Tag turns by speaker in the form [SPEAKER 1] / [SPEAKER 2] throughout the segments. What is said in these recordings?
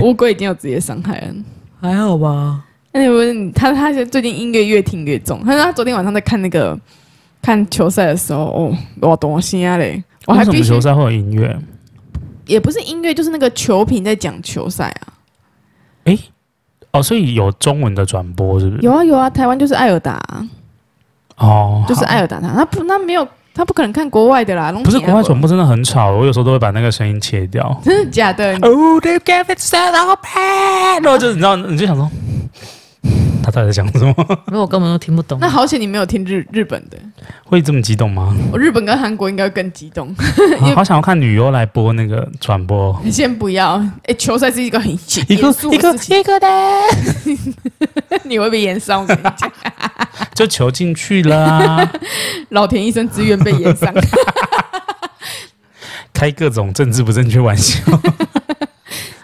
[SPEAKER 1] 乌龟已经有直接伤害了。
[SPEAKER 2] 还好吧？
[SPEAKER 1] 那你们他他最近音乐越听越重，他说他昨天晚上在看那个看球赛的时候，哦，我懂心啊嘞，我还
[SPEAKER 3] 为什
[SPEAKER 1] 必
[SPEAKER 3] 么
[SPEAKER 1] 须
[SPEAKER 3] 球赛会有音乐？
[SPEAKER 1] 也不是音乐，就是那个球评在讲球赛啊，
[SPEAKER 3] 哦，所以有中文的转播是不是？
[SPEAKER 1] 有啊有啊，台湾就是艾尔达啊、
[SPEAKER 3] 哦，
[SPEAKER 1] 就是
[SPEAKER 3] 好
[SPEAKER 1] 艾尔达他，他不那没有他不可能看国外的啦，啊
[SPEAKER 3] 不是国外转
[SPEAKER 1] 播，
[SPEAKER 3] 播真的很吵，我有时候都会把那个声音切掉。
[SPEAKER 1] 真的假的？
[SPEAKER 3] Oh, they gave it s a o bad，然后就是你知道，你就想说，他到底在讲什么？
[SPEAKER 2] 因为我根本都听不懂。
[SPEAKER 1] 那好险你没有听日日本的，
[SPEAKER 3] 会这么激动 吗？
[SPEAKER 1] 我日本跟韩国应该会更激 动。
[SPEAKER 3] 啊好想要看女优来播那个转播。
[SPEAKER 1] 先不要，哎、球赛是一个很
[SPEAKER 3] 一
[SPEAKER 1] 严
[SPEAKER 3] 个
[SPEAKER 1] 肃
[SPEAKER 3] 一
[SPEAKER 1] 的
[SPEAKER 3] 个
[SPEAKER 1] 事情，
[SPEAKER 3] 一个的，
[SPEAKER 1] 你会被延伤。我跟你讲
[SPEAKER 3] 就球进去了 啊，
[SPEAKER 1] 老田医生自愿被延伤。
[SPEAKER 3] 开各种政治不正确玩笑，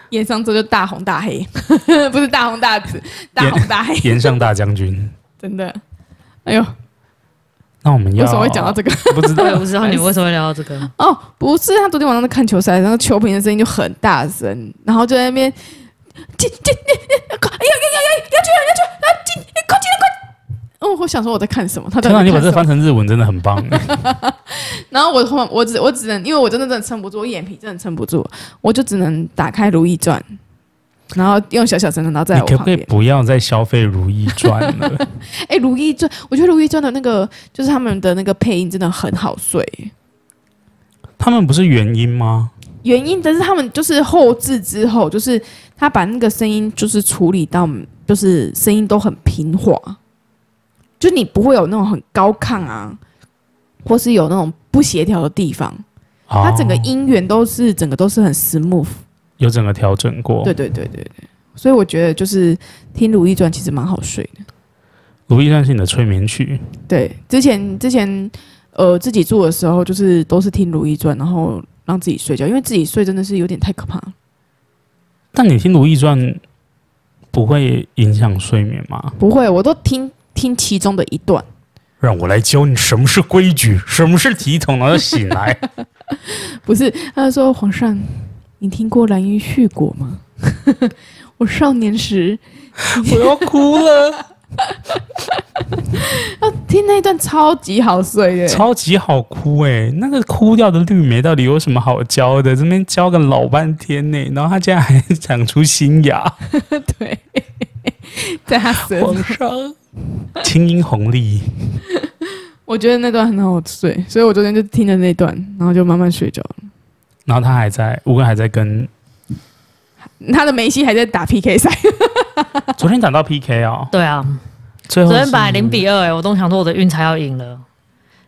[SPEAKER 1] 演上之后就大红大黑， 不是大红大紫，大
[SPEAKER 3] 演
[SPEAKER 1] 红大黑，
[SPEAKER 3] 延上大将 军。
[SPEAKER 1] 真的。哎呦，
[SPEAKER 3] 那我们
[SPEAKER 1] 为
[SPEAKER 3] 要
[SPEAKER 1] 什么会讲到这个？
[SPEAKER 3] 不知道
[SPEAKER 2] 我也不知道你为什么会聊到这个。
[SPEAKER 1] 哦，不是，他昨天晚上在看球赛，然后球评的声音就很大声，然后就在那边，进进，快，哎呀呀呀呀，要去了要去了，啊进，快进来快！哦，我想说我在看什么？他在
[SPEAKER 3] 天哪，
[SPEAKER 1] 看
[SPEAKER 3] 你把
[SPEAKER 1] 什
[SPEAKER 3] 这
[SPEAKER 1] 么
[SPEAKER 3] 翻？成日文真的很 棒。
[SPEAKER 1] 然后我后我只我只能，因为我真的真的撑不住，我眼皮真的撑不住，我就只能打开《如懿传》，然后用小小声的，然后在
[SPEAKER 3] 你
[SPEAKER 1] 我
[SPEAKER 3] 可
[SPEAKER 1] 旁
[SPEAKER 3] 不可以
[SPEAKER 1] 边。
[SPEAKER 3] 不要再消费《如懿传》 了？
[SPEAKER 1] 哎，《如懿传》，我觉得《如懿传》的那个就是他们的那个配音真的很好睡，
[SPEAKER 3] 他们不是原音吗？
[SPEAKER 1] 原因但是他们就是后置之后，就是他把那个声音就是处理到，就是声音都很平滑，就你不会有那种很高亢啊，或是有那种不协调的地方，它
[SPEAKER 3] 哦
[SPEAKER 1] 整个音源都是整个都是很 smooth，
[SPEAKER 3] 有整个调整过。
[SPEAKER 1] 对对对对对，所以我觉得就是听《如懿传》其实蛮好睡的。
[SPEAKER 3] 如懿传》是你的催眠曲，
[SPEAKER 1] 对，之前之前呃自己住的时候，就是都是听《如懿传》，然后让自己睡觉，因为自己睡真的是有点太可怕了。
[SPEAKER 3] 但你听《如懿传》不会影响睡眠吗？
[SPEAKER 1] 不会，我都听听其中的一段，
[SPEAKER 3] 让我来教你什么是规 矩，什么是体统，然后醒来。
[SPEAKER 1] 不是他说皇上，你听过兰因絮果 吗？我少年时
[SPEAKER 3] 我要哭了，
[SPEAKER 1] 听那一段超级好睡的，
[SPEAKER 3] 超级好哭哎、那个哭掉的绿梅到底有什么好教的？这边教个老半天呢、然后他竟然还讲出新雅
[SPEAKER 1] 对，在他舌头
[SPEAKER 3] 皇上，清音红利。
[SPEAKER 1] 我觉得那段很好睡，所以我昨天就听了那段，然后就慢慢睡着了。
[SPEAKER 3] 然后他还在，吴哥还在跟，
[SPEAKER 1] 他的梅西还在打 PK 赛，
[SPEAKER 3] 昨天打到 PK 哦，
[SPEAKER 2] 对啊，
[SPEAKER 3] 最后
[SPEAKER 2] 昨
[SPEAKER 3] 哎是
[SPEAKER 2] 天本来零比二，哎，我都想说我的运才要赢了，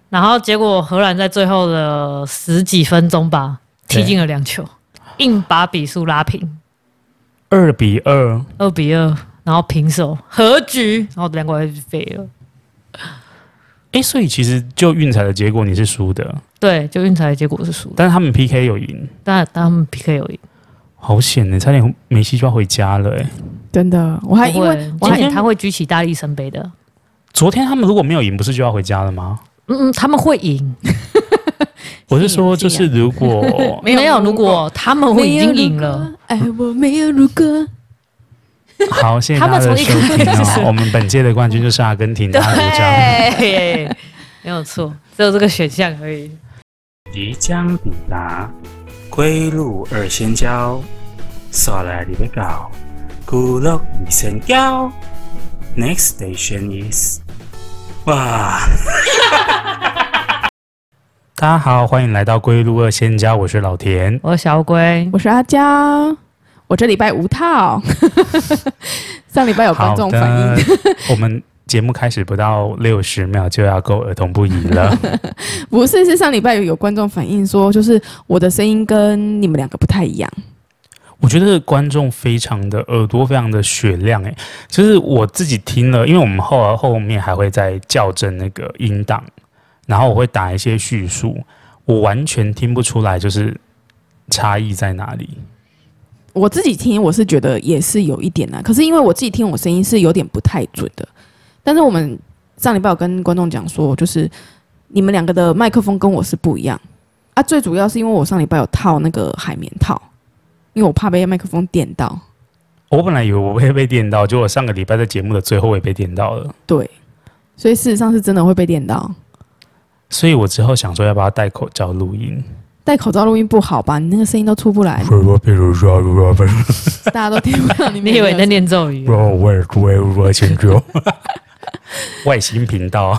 [SPEAKER 2] 然后结果荷兰在最后的十几分钟吧，
[SPEAKER 3] 对
[SPEAKER 2] 踢进了两球，
[SPEAKER 3] 哎
[SPEAKER 2] 硬把比数拉平，
[SPEAKER 3] 二比二，
[SPEAKER 2] 二比二，然后平手和局，然后两国人就飞了。
[SPEAKER 3] 哎，所以其实就运彩的结果你是输的，
[SPEAKER 2] 对，就运彩的结果是输了，
[SPEAKER 3] 但是他们 PK 有赢，
[SPEAKER 2] 但但他们 PK 有赢，
[SPEAKER 3] 好险呢、欸差点梅西就要回家了哎、
[SPEAKER 1] 真的，我还因
[SPEAKER 2] 不
[SPEAKER 1] 为
[SPEAKER 2] 会
[SPEAKER 1] 我
[SPEAKER 2] 今
[SPEAKER 1] 还
[SPEAKER 2] 年他会举起大力神杯的。
[SPEAKER 3] 昨天他们如果没有赢，不是就要回家了吗？
[SPEAKER 2] 嗯嗯，他们会赢，
[SPEAKER 3] 我是说，就是如果
[SPEAKER 1] 没有
[SPEAKER 2] 如果他们会已经赢了，。
[SPEAKER 1] 哎，我没有如果。
[SPEAKER 3] 好，谢谢大家的
[SPEAKER 2] 他
[SPEAKER 3] 收听
[SPEAKER 2] 们从一开始
[SPEAKER 3] 啊！我们本届的冠军就是阿根廷，大家鼓掌。
[SPEAKER 2] 对， 没有错，只有这个选项而已。
[SPEAKER 4] 即将抵达归路二仙交，刷来你要到古乐二仙交。Next station is，哇！
[SPEAKER 3] 大家好，欢迎来到归路二仙家，我是老田。
[SPEAKER 2] 我是小乌龟，
[SPEAKER 1] 我是阿娇，我这礼拜无套。 上礼拜有观
[SPEAKER 3] 好
[SPEAKER 1] 众反
[SPEAKER 3] 的
[SPEAKER 1] 映，，
[SPEAKER 3] 我们节目开始不到六十秒就要够儿童不宜了。
[SPEAKER 1] 不是是上礼拜有有观众反映说，就是我的声音跟你们两个不太一样。
[SPEAKER 3] 我觉得观众非常的耳朵非常的雪亮、欸，就是我自己听了，因为我们后来后面还会再校正那个音档，然后我会打一些叙述，我完全听不出来就是差异在哪里。
[SPEAKER 1] 我自己听，我是觉得也是有一点啊，可是因为我自己听我声音是有点不太准的。但是我们上礼拜有跟观众讲说，就是你们两个的麦克风跟我是不一样啊。最主要是因为我上礼拜有套那个海绵套，因为我怕被麦克风电到。
[SPEAKER 3] 我本来以为我会被电到，结果上个礼拜在节目的最后我也被电到了，
[SPEAKER 1] 对，所以事实上是真的会被电到。
[SPEAKER 3] 所以我之后想说要不要戴口罩录音。
[SPEAKER 1] 戴口罩录音不好吧？你那个声音都出不来，大家都听不到 你。
[SPEAKER 2] 你以为你在？念咒语？
[SPEAKER 3] 外星频道，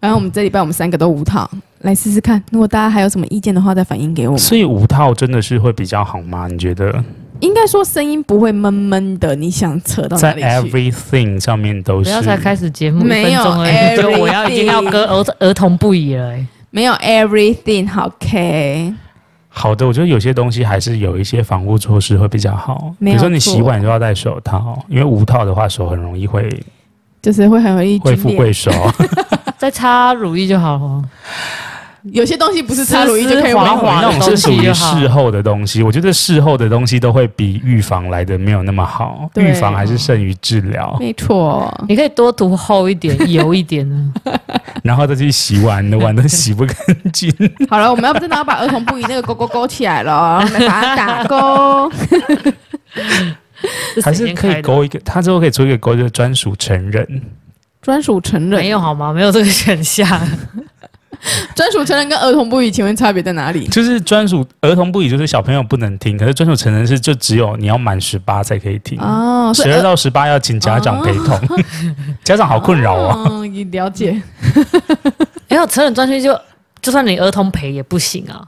[SPEAKER 1] 反正我们这礼拜我们三个都无套，来试试看。如果大家还有什么意见的话，再反映给我们。
[SPEAKER 3] 所以无套真的是会比较好吗？你觉得
[SPEAKER 1] 应该说声音不会闷闷的，你想扯到哪
[SPEAKER 3] 在
[SPEAKER 1] 里去？
[SPEAKER 3] everything 上面都
[SPEAKER 2] 不
[SPEAKER 3] 是？
[SPEAKER 2] 要才开始节目一
[SPEAKER 1] 没
[SPEAKER 2] 分
[SPEAKER 1] 有
[SPEAKER 2] 钟而已， 就我要已经要
[SPEAKER 1] everything
[SPEAKER 2] 跟儿儿童不宜了、欸。
[SPEAKER 1] 没有 everything 好 OK，
[SPEAKER 3] 好的，我觉得有些东西还是有一些防护措施会比较好。
[SPEAKER 1] 没有
[SPEAKER 3] 比如说你洗碗就要戴手套，因为无套的话手很容易会
[SPEAKER 1] 就是会很容易
[SPEAKER 3] 会
[SPEAKER 1] 皲
[SPEAKER 3] 富
[SPEAKER 1] 裂
[SPEAKER 3] 贵手。
[SPEAKER 2] 再擦乳液就好 了。
[SPEAKER 1] 有些东西不是擦乳液就可以
[SPEAKER 2] 丝
[SPEAKER 1] 往
[SPEAKER 2] 滑
[SPEAKER 3] 然后
[SPEAKER 1] 后
[SPEAKER 3] 那
[SPEAKER 2] 的
[SPEAKER 3] 种
[SPEAKER 2] 东
[SPEAKER 3] 是属
[SPEAKER 2] 西
[SPEAKER 3] 于
[SPEAKER 2] 就好
[SPEAKER 3] 事后的东西，我觉得事后的东西都会比预防来的没有那么好。
[SPEAKER 1] 对
[SPEAKER 3] 预防还是胜于治疗。
[SPEAKER 2] 嗯
[SPEAKER 1] 没错，
[SPEAKER 2] 你可以多涂厚一点、油一点啊 呢。
[SPEAKER 3] 然后再去洗碗，你的碗都洗不干 净。
[SPEAKER 1] 好了，我们要不真的要把儿童不宜那个勾勾勾起来了，我们把它打勾。
[SPEAKER 2] 这谁
[SPEAKER 3] 还是
[SPEAKER 2] 先
[SPEAKER 3] 可
[SPEAKER 2] 开
[SPEAKER 3] 以
[SPEAKER 2] 的
[SPEAKER 3] 勾一个，他之后可以做一个勾，就是专属成人。
[SPEAKER 1] 专属成人
[SPEAKER 2] 没有，好吗？没有这个选项。
[SPEAKER 1] 专属成人跟儿童不宜，请问差别在哪里？
[SPEAKER 3] 就是专属儿童不宜，就是小朋友不能听，可是专属成人是就只有你要满十八才可以听，
[SPEAKER 1] 哦，所以
[SPEAKER 3] 十二、
[SPEAKER 2] 呃
[SPEAKER 3] 到十八要请家长陪同，
[SPEAKER 2] 哦
[SPEAKER 3] 家长好困扰哦。
[SPEAKER 1] 哦，你了解。
[SPEAKER 2] 没有成人专区就就算你儿童陪也不行啊。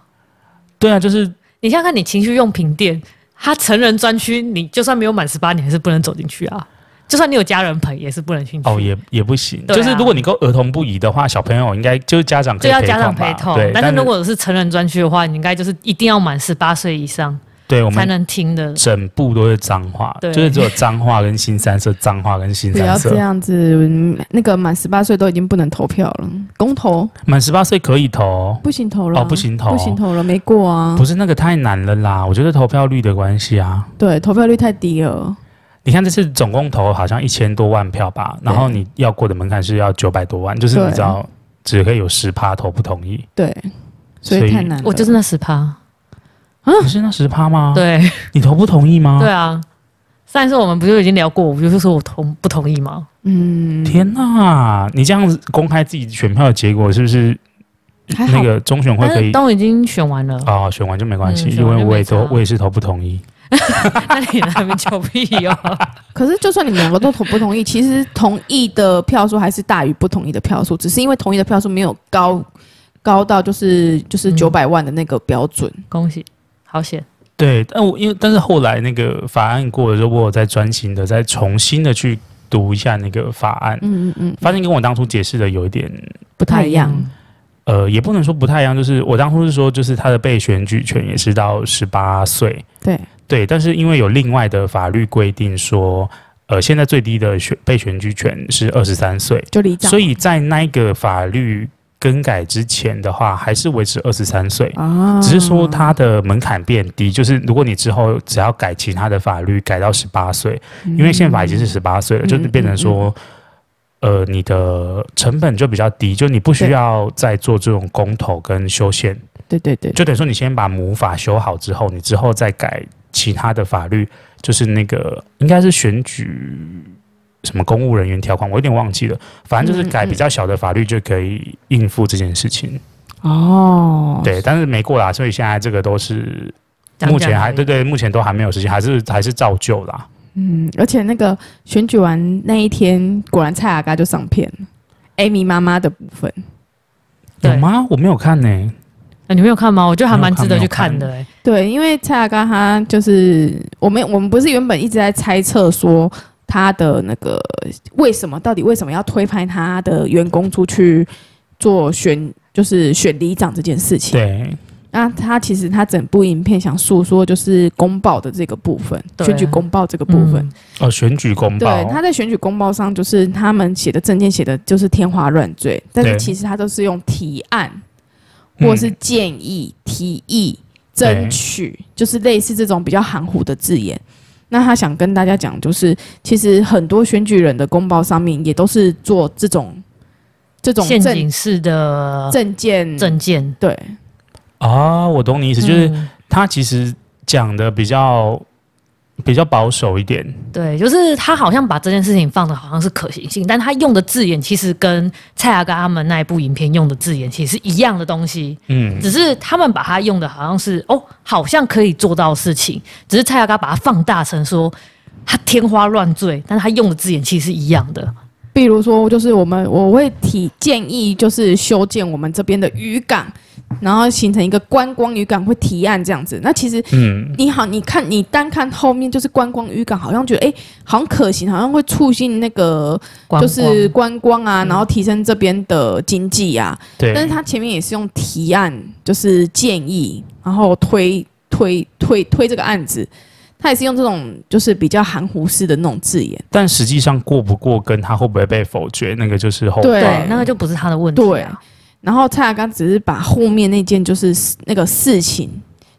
[SPEAKER 3] 对啊，就是
[SPEAKER 2] 你想想看，你情绪用品店，它成人专区，你就算没有满十八，你还是不能走进去啊。就算你有家人陪，也是不能进去。
[SPEAKER 3] 哦也也不行，
[SPEAKER 2] 对啊
[SPEAKER 3] 就是如果你够儿童不宜的话，小朋友应该就是家长可
[SPEAKER 2] 就
[SPEAKER 3] 以
[SPEAKER 2] 要
[SPEAKER 3] 陪
[SPEAKER 2] 家长
[SPEAKER 3] 同
[SPEAKER 2] 陪
[SPEAKER 3] 吧。
[SPEAKER 2] 同
[SPEAKER 3] 对，，
[SPEAKER 2] 但是如果是成人专区的话，你应该就是一定要满十八岁以上
[SPEAKER 3] 对我
[SPEAKER 2] 才
[SPEAKER 3] 们。
[SPEAKER 2] 能听的。
[SPEAKER 3] 整部都是脏话，就
[SPEAKER 2] 对
[SPEAKER 3] 是只有脏话跟新三色，脏话跟新
[SPEAKER 1] 不要
[SPEAKER 3] 三
[SPEAKER 1] 这
[SPEAKER 3] 色。
[SPEAKER 1] 样子，嗯那个满十八岁都已经不能投票了，公投
[SPEAKER 3] 满十八岁可以投，
[SPEAKER 1] 不行投了，
[SPEAKER 3] 哦不行投
[SPEAKER 1] 不行投了，没过啊
[SPEAKER 3] 不。是那个太难了啦，我觉得投票率的关系啊。
[SPEAKER 1] 对，投票率太低了，
[SPEAKER 3] 你看这次总共投好像一千多万票吧，然后你要过的门槛是要九百多万，就是
[SPEAKER 1] 对
[SPEAKER 3] 你只要只可以有十趴投不同意，
[SPEAKER 1] 对，所
[SPEAKER 3] 所
[SPEAKER 1] 以
[SPEAKER 3] 以啊
[SPEAKER 1] 太难了。
[SPEAKER 2] 我就是那十趴，
[SPEAKER 3] 哦不是那十趴吗？，
[SPEAKER 2] 对
[SPEAKER 3] 你投不同意吗？
[SPEAKER 2] 对，啊。上一次我们不就已经聊过，我不就是说我同不同意吗？
[SPEAKER 1] 嗯，
[SPEAKER 3] 天哪，你这样子公开自己选票的结果，是不是
[SPEAKER 1] 还好
[SPEAKER 3] 那个中选会
[SPEAKER 2] 但
[SPEAKER 3] 可
[SPEAKER 2] 是
[SPEAKER 3] 以？
[SPEAKER 2] 都已经选完了，
[SPEAKER 3] 啊、选完就没关系，
[SPEAKER 2] 嗯选
[SPEAKER 3] 因
[SPEAKER 2] 完
[SPEAKER 3] 为
[SPEAKER 2] 就
[SPEAKER 3] 我
[SPEAKER 2] 没
[SPEAKER 3] 也
[SPEAKER 2] 差
[SPEAKER 3] 投，我也是投不同意。
[SPEAKER 2] 那你那边求屁哦！
[SPEAKER 1] 可是，就算你们两个都同不同意，其实同意的票数还是大于不同意的票数，只是因为同意的票数没有高高到就是就是
[SPEAKER 2] 嗯
[SPEAKER 1] 九百万的那个标准。
[SPEAKER 2] 恭喜，好险！
[SPEAKER 3] 对，但我因为但是后来那个法案过了之后，我有在专心的再重新的去读一下那个法案，
[SPEAKER 1] 嗯嗯嗯，
[SPEAKER 3] 发现跟我当初解释的有一点
[SPEAKER 1] 不太一样。
[SPEAKER 3] 呃，也不能说不太一样，就是我当初是说，就是他的被选举权也是到十八岁，
[SPEAKER 1] 对，
[SPEAKER 3] 对，但是因为有另外的法律规定说，呃，现在最低的选被选举权是二十三岁，
[SPEAKER 1] 就里长。
[SPEAKER 3] 所以在那一个法律更改之前的话，还是维持二十三岁。
[SPEAKER 1] 啊，
[SPEAKER 3] 只是说它的门槛变低，就是如果你之后只要改其他的法律，改到十八岁，
[SPEAKER 1] 嗯，
[SPEAKER 3] 因为宪法已经是十八岁了，
[SPEAKER 1] 嗯
[SPEAKER 3] 就是变成说，呃，你的成本就比较低，就你不需
[SPEAKER 1] 对
[SPEAKER 3] 要再做这种公投跟修宪，
[SPEAKER 1] 嗯对对对，
[SPEAKER 3] 就等于说你先把母法修好之后，你之后再改其他的法律，就是那个应该是选举什么公务人员条款，我有点忘记了，反正就是
[SPEAKER 1] 嗯
[SPEAKER 3] 改
[SPEAKER 1] 嗯嗯
[SPEAKER 3] 比较小的法律就可以应付这件事情。
[SPEAKER 1] 哦，
[SPEAKER 3] 对，但是没过啦，所以现在这个都是
[SPEAKER 2] 讲
[SPEAKER 3] 目前
[SPEAKER 2] 讲
[SPEAKER 3] 还
[SPEAKER 2] 而已
[SPEAKER 3] 对对，目前都还没有实现，还是还是照旧啦。
[SPEAKER 1] 嗯，而且那个选举完那一天，果然蔡阿嘎就上片了。Amy 妈妈的部分，
[SPEAKER 3] 有
[SPEAKER 2] 对
[SPEAKER 3] 吗？我没有看呢、
[SPEAKER 2] 呃你没有看吗？我觉得还蛮值得去
[SPEAKER 3] 没
[SPEAKER 2] 看
[SPEAKER 3] 有看
[SPEAKER 2] 的、欸。
[SPEAKER 1] 对，因为蔡阿嘎他就是我们我们不是原本一直在猜测说他的那个为什么到底为什么要推派他的员工出去做选就是选里长这件事情。
[SPEAKER 3] 对，
[SPEAKER 1] 那他其实他整部影片想诉说就是公报的这个部分，
[SPEAKER 2] 对
[SPEAKER 1] 选举公报这个部分。
[SPEAKER 2] 嗯
[SPEAKER 3] 哦，选举公报，
[SPEAKER 1] 对，他在选举公报上，就是他们写的证件写的就是天花乱坠，但是
[SPEAKER 3] 对
[SPEAKER 1] 其实他都是用提案
[SPEAKER 3] 嗯
[SPEAKER 1] 或是建议、提议、
[SPEAKER 3] 对
[SPEAKER 1] 争取，就是类似这种比较含糊的字眼。那他想跟大家讲，就是其实很多选举人的公报上面也都是做这种这种
[SPEAKER 2] 陷
[SPEAKER 1] 证
[SPEAKER 2] 阱式的
[SPEAKER 1] 证件
[SPEAKER 2] 证件，
[SPEAKER 1] 对
[SPEAKER 3] 啊、我懂你意思，就是
[SPEAKER 2] 嗯
[SPEAKER 3] 他其实讲的比较比较保守一点，
[SPEAKER 2] 对，就是他好像把这件事情放的好像是可行性，但他用的字眼其实跟蔡雅刚他们那一部影片用的字眼其实是一样的东西，
[SPEAKER 3] 嗯，
[SPEAKER 2] 只是他们把它用的好像是哦，好像可以做到事情，只是蔡雅刚把它放大成说他天花乱坠，但他用的字眼其实是一样的。
[SPEAKER 1] 比如说，就是我们我会提建议，就是修建我们这边的渔港，然后形成一个观光渔港，会提案这样子。那其实
[SPEAKER 3] 嗯，
[SPEAKER 1] 你好，你看你单看后面就是观光渔港，好像觉得哎、诶好像可行，好像会促进那个
[SPEAKER 2] 观光嗯
[SPEAKER 1] 就是观光啊，然后提升这边的经济啊。
[SPEAKER 3] 对，
[SPEAKER 1] 但是它前面也是用提案，就是建议，然后推推推推这个案子，它也是用这种就是比较含糊式的那种字眼。
[SPEAKER 3] 但实际上过不过跟他会不会被否决，那个就是后
[SPEAKER 1] 对
[SPEAKER 2] 哦对，那个就不是他的问题、
[SPEAKER 1] 对
[SPEAKER 2] 啊。，
[SPEAKER 1] 然后蔡雅刚只是把后面那件就是那个事情，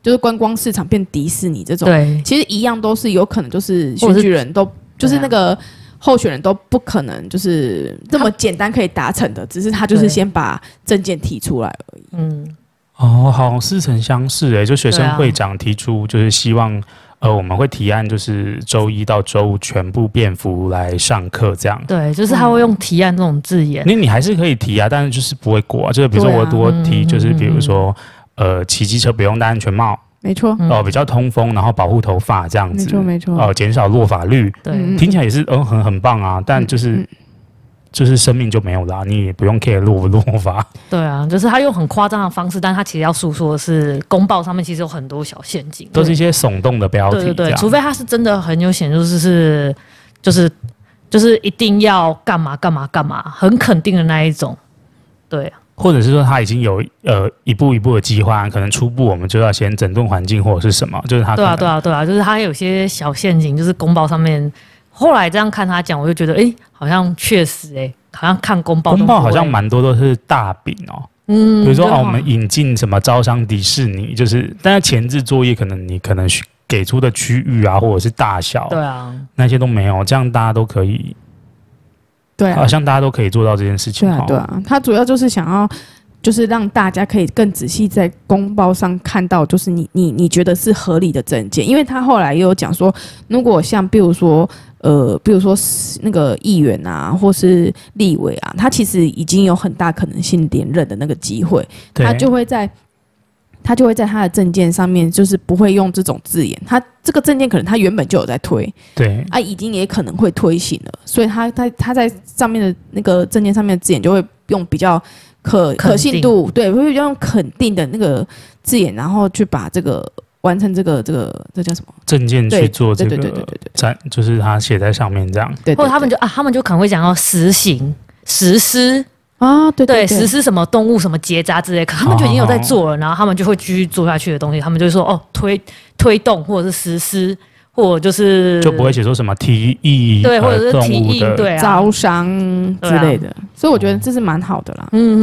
[SPEAKER 1] 就是观光市场变迪士尼这种，
[SPEAKER 2] 对，
[SPEAKER 1] 其实一样都是有可能就是
[SPEAKER 2] 或
[SPEAKER 1] 选
[SPEAKER 2] 者
[SPEAKER 1] 举
[SPEAKER 2] 是
[SPEAKER 1] 人都就是
[SPEAKER 2] 对啊
[SPEAKER 1] 那个候选人都不可能就是这么简单可以达成的，只是他就是
[SPEAKER 2] 对
[SPEAKER 1] 先把证件提出来而已。
[SPEAKER 2] 嗯，
[SPEAKER 3] 哦，好似曾相识诶、就学
[SPEAKER 2] 对
[SPEAKER 3] 生
[SPEAKER 2] 啊
[SPEAKER 3] 会长提出，就是希望、呃，我们会提案，就是周一到周五全部便服来上课这样。
[SPEAKER 2] 对，就是他会用提案这种字眼。
[SPEAKER 3] 那你还是可以提啊，但是就是不会过啊。就是比如说
[SPEAKER 1] 对啊
[SPEAKER 3] 我多提，
[SPEAKER 2] 嗯
[SPEAKER 3] 就是比如说呃，骑机车不用戴安全帽
[SPEAKER 1] 没错，
[SPEAKER 2] 嗯
[SPEAKER 3] 哦、比较通风，然后保护头发这样
[SPEAKER 1] 没
[SPEAKER 3] 子，
[SPEAKER 1] 错，没错。
[SPEAKER 3] 哦、减少落发率，
[SPEAKER 1] 嗯
[SPEAKER 2] 对，
[SPEAKER 3] 听起来也是嗯很很棒啊。但就是、
[SPEAKER 1] 嗯嗯
[SPEAKER 3] 就是生命就没有啦，你也不用 care 落不落发。
[SPEAKER 2] 对啊，就是他用很夸张的方式，但他其实要诉说的是公报上面其实有很多小陷阱，
[SPEAKER 3] 都是一些耸动的标题
[SPEAKER 2] 对
[SPEAKER 3] 这
[SPEAKER 2] 对
[SPEAKER 3] 样。
[SPEAKER 2] 对，除非他是真的很有显著，就是是就是就是一定要干嘛干嘛干嘛，很肯定的那一种。对啊，
[SPEAKER 3] 或者是说他已经有呃一步一步的计划，可能初步我们就要先整顿环境或者是什么，就是他
[SPEAKER 2] 对啊，对
[SPEAKER 3] 啊，
[SPEAKER 2] 啊，对啊，就是他有些小陷阱，就是公报上面。后来这样看他讲，我就觉得，哎、好像确实、诶好像看公报都
[SPEAKER 3] 公报
[SPEAKER 2] 不
[SPEAKER 3] 好像
[SPEAKER 2] 会，
[SPEAKER 3] 蛮多都是大饼哦，
[SPEAKER 2] 嗯，
[SPEAKER 3] 比如说
[SPEAKER 2] 对
[SPEAKER 3] 哦
[SPEAKER 2] 哦
[SPEAKER 3] 我们引进什么招商迪士尼，就是但是前置作业可能你可能需给出的区域啊或者是大小
[SPEAKER 2] 对啊，
[SPEAKER 3] 那些都没有，这样大家都可以，
[SPEAKER 1] 对啊
[SPEAKER 3] 好，像大家都可以做到这件事情
[SPEAKER 1] 对啊
[SPEAKER 3] 哦，，
[SPEAKER 1] 对啊，他主要就是想要。就是让大家可以更仔细在公报上看到，就是你你你觉得是合理的证件，因为他后来也有讲说，如果像比如说呃，比如说是那个议员啊，或是立委啊，他其实已经有很大可能性连任的那个机会，
[SPEAKER 3] 对
[SPEAKER 1] 他就会在他就会在他的证件上面，就是不会用这种字眼。他这个证件可能他原本就有在推，
[SPEAKER 3] 对
[SPEAKER 1] 啊，已经也可能会推行了，所以他他他在上面的那个证件上面的字眼就会用比较可
[SPEAKER 2] 肯定
[SPEAKER 1] 可信度，对，会用肯定的那个字眼，然后去把这个完成这个这个这叫什么？
[SPEAKER 3] 证件去
[SPEAKER 1] 对
[SPEAKER 3] 做这
[SPEAKER 1] 对对对
[SPEAKER 3] 个
[SPEAKER 1] 对嗯对对
[SPEAKER 3] 展，就是他写在上面这样，
[SPEAKER 1] 对，
[SPEAKER 2] 或者他们
[SPEAKER 1] 就
[SPEAKER 2] 就啊，他们就可能会讲到实行、实施，
[SPEAKER 1] 啊，对对
[SPEAKER 2] 对实施什么动物什么结扎之类，可他们就已经有在做
[SPEAKER 3] 哦
[SPEAKER 2] 了，然后他们就会继续做下去的东西，他们就会说哦推推动或者是实施，或者就是
[SPEAKER 3] 就不会写说什么提议
[SPEAKER 2] 对，
[SPEAKER 3] 呃
[SPEAKER 2] 或者是提
[SPEAKER 3] 动物
[SPEAKER 2] 议
[SPEAKER 3] 的
[SPEAKER 2] 对啊，
[SPEAKER 1] 招商之
[SPEAKER 3] 啊
[SPEAKER 1] 类的，所以我觉
[SPEAKER 3] 哦
[SPEAKER 1] 得这是蛮好的啦。
[SPEAKER 2] 嗯嗯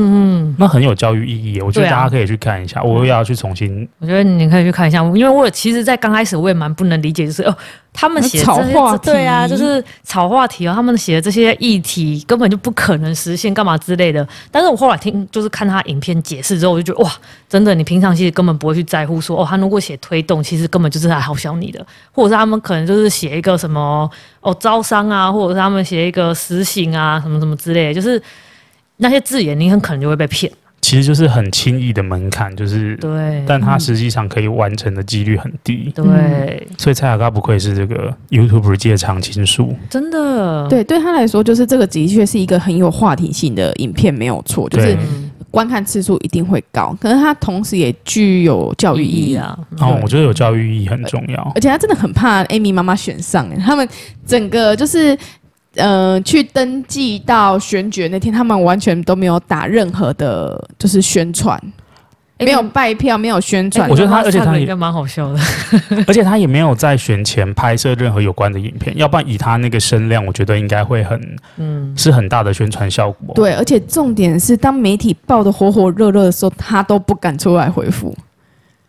[SPEAKER 2] 嗯，
[SPEAKER 3] 那很有教育意义耶，我觉得
[SPEAKER 2] 对啊
[SPEAKER 3] 大家可以去看一下，我又要去重新
[SPEAKER 2] 我觉得你可以去看一下，因为我其实，在刚开始我也蛮不能理解，就是哦他们写的这些
[SPEAKER 1] 炒话题
[SPEAKER 2] 对啊，就是炒话题啊，他们写的这些议题根本就不可能实现，干嘛之类的。但是我后来听，就是看他影片解释之后，我就觉得哇，真的，你平常其实根本不会去在乎说哦，他如果写推动，其实根本就是来好笑你的，或者是他们可能就是写一个什么哦招商啊，或者是他们写一个实行啊，什么什么之类的，就是那些字眼，你很可能就会被骗。
[SPEAKER 3] 其实就是很轻易的门槛，就是，
[SPEAKER 2] 对，
[SPEAKER 3] 但它实际上可以完成的几率很
[SPEAKER 1] 嗯
[SPEAKER 3] 低，
[SPEAKER 2] 对，
[SPEAKER 3] 所以蔡雅嘎不愧是这个 YouTube 界常青树，
[SPEAKER 2] 真的，
[SPEAKER 1] 对，对他来说，就是这个的确是一个很有话题性的影片，没有错，就是
[SPEAKER 3] 对
[SPEAKER 2] 嗯
[SPEAKER 1] 观看次数一定会高，可是它同时也具有教育意义
[SPEAKER 2] 啊，
[SPEAKER 3] 然后我觉得有教育意义很重要
[SPEAKER 1] 而，且他真的很怕 Amy 妈妈选上、欸，他们整个就是。呃，去登记到选举那天，他们完全都没有打任何的，就是宣传，
[SPEAKER 2] 哎
[SPEAKER 1] 没有拜票，没有宣传。
[SPEAKER 3] 我觉得他
[SPEAKER 2] 欸
[SPEAKER 3] 而且他
[SPEAKER 2] 唱的
[SPEAKER 3] 也
[SPEAKER 2] 应该蛮好 笑的，
[SPEAKER 3] 而且他也没有在选前拍摄任何有关的影片，要不然以他那个声量，我觉得应该会很
[SPEAKER 2] 嗯，
[SPEAKER 3] 是很大的宣传效果。，
[SPEAKER 1] 对，而且重点是，当媒体报的火火热热的时候，他都不敢出来回复。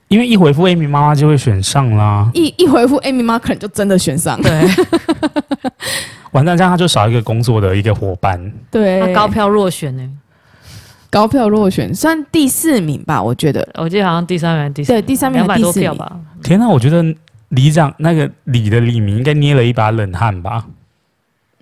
[SPEAKER 3] 因为一回复 Amy 妈妈就会选上啦，
[SPEAKER 1] 一一回复，Amy 妈可能就真的选上。
[SPEAKER 2] 对，
[SPEAKER 3] 完蛋这样他就少一个工作的一个伙伴，
[SPEAKER 2] 他
[SPEAKER 1] 对，
[SPEAKER 2] 高票落选呢，
[SPEAKER 1] 高票落选，算第四名吧，我觉得。
[SPEAKER 2] 我记得好像第三名、第四
[SPEAKER 1] 对，第三名
[SPEAKER 2] 两
[SPEAKER 1] 还
[SPEAKER 2] 百
[SPEAKER 1] 是第
[SPEAKER 2] 多
[SPEAKER 1] 四
[SPEAKER 2] 票
[SPEAKER 1] 名。
[SPEAKER 2] 吧，
[SPEAKER 3] 天哪、我觉得里长那个里的里民应该捏了一把冷汗吧？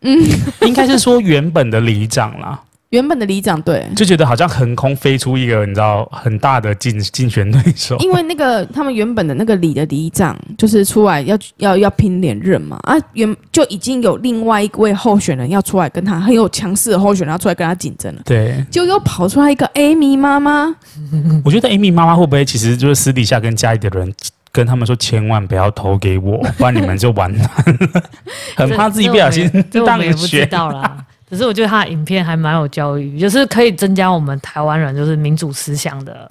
[SPEAKER 3] 嗯，应该是说原本的里长啦，
[SPEAKER 1] 原本的里长对，
[SPEAKER 2] 哦
[SPEAKER 3] 就觉得好像横空飞出一个你知道很大的竞竞选对手，
[SPEAKER 1] 因为那个他们原本的那个里的里长，就是出来要要要拼连任嘛，啊，原就已经有另外一位候选人要出来跟他很有强势的候选人要出来跟他竞争了，
[SPEAKER 3] 对，
[SPEAKER 1] 就又跑出来一个 Amy 妈妈，
[SPEAKER 3] 我觉得 Amy 妈妈会不会其实就是私底下跟家里的人跟他们说，千万不要投给我，不然你们就完蛋了，很怕自己不小心
[SPEAKER 2] 这我
[SPEAKER 3] 当
[SPEAKER 2] 们也不知
[SPEAKER 3] 选。
[SPEAKER 2] 道 啦。只是我觉得他的影片还蛮有教育，就是可以增加我们台湾人就是民主思想的，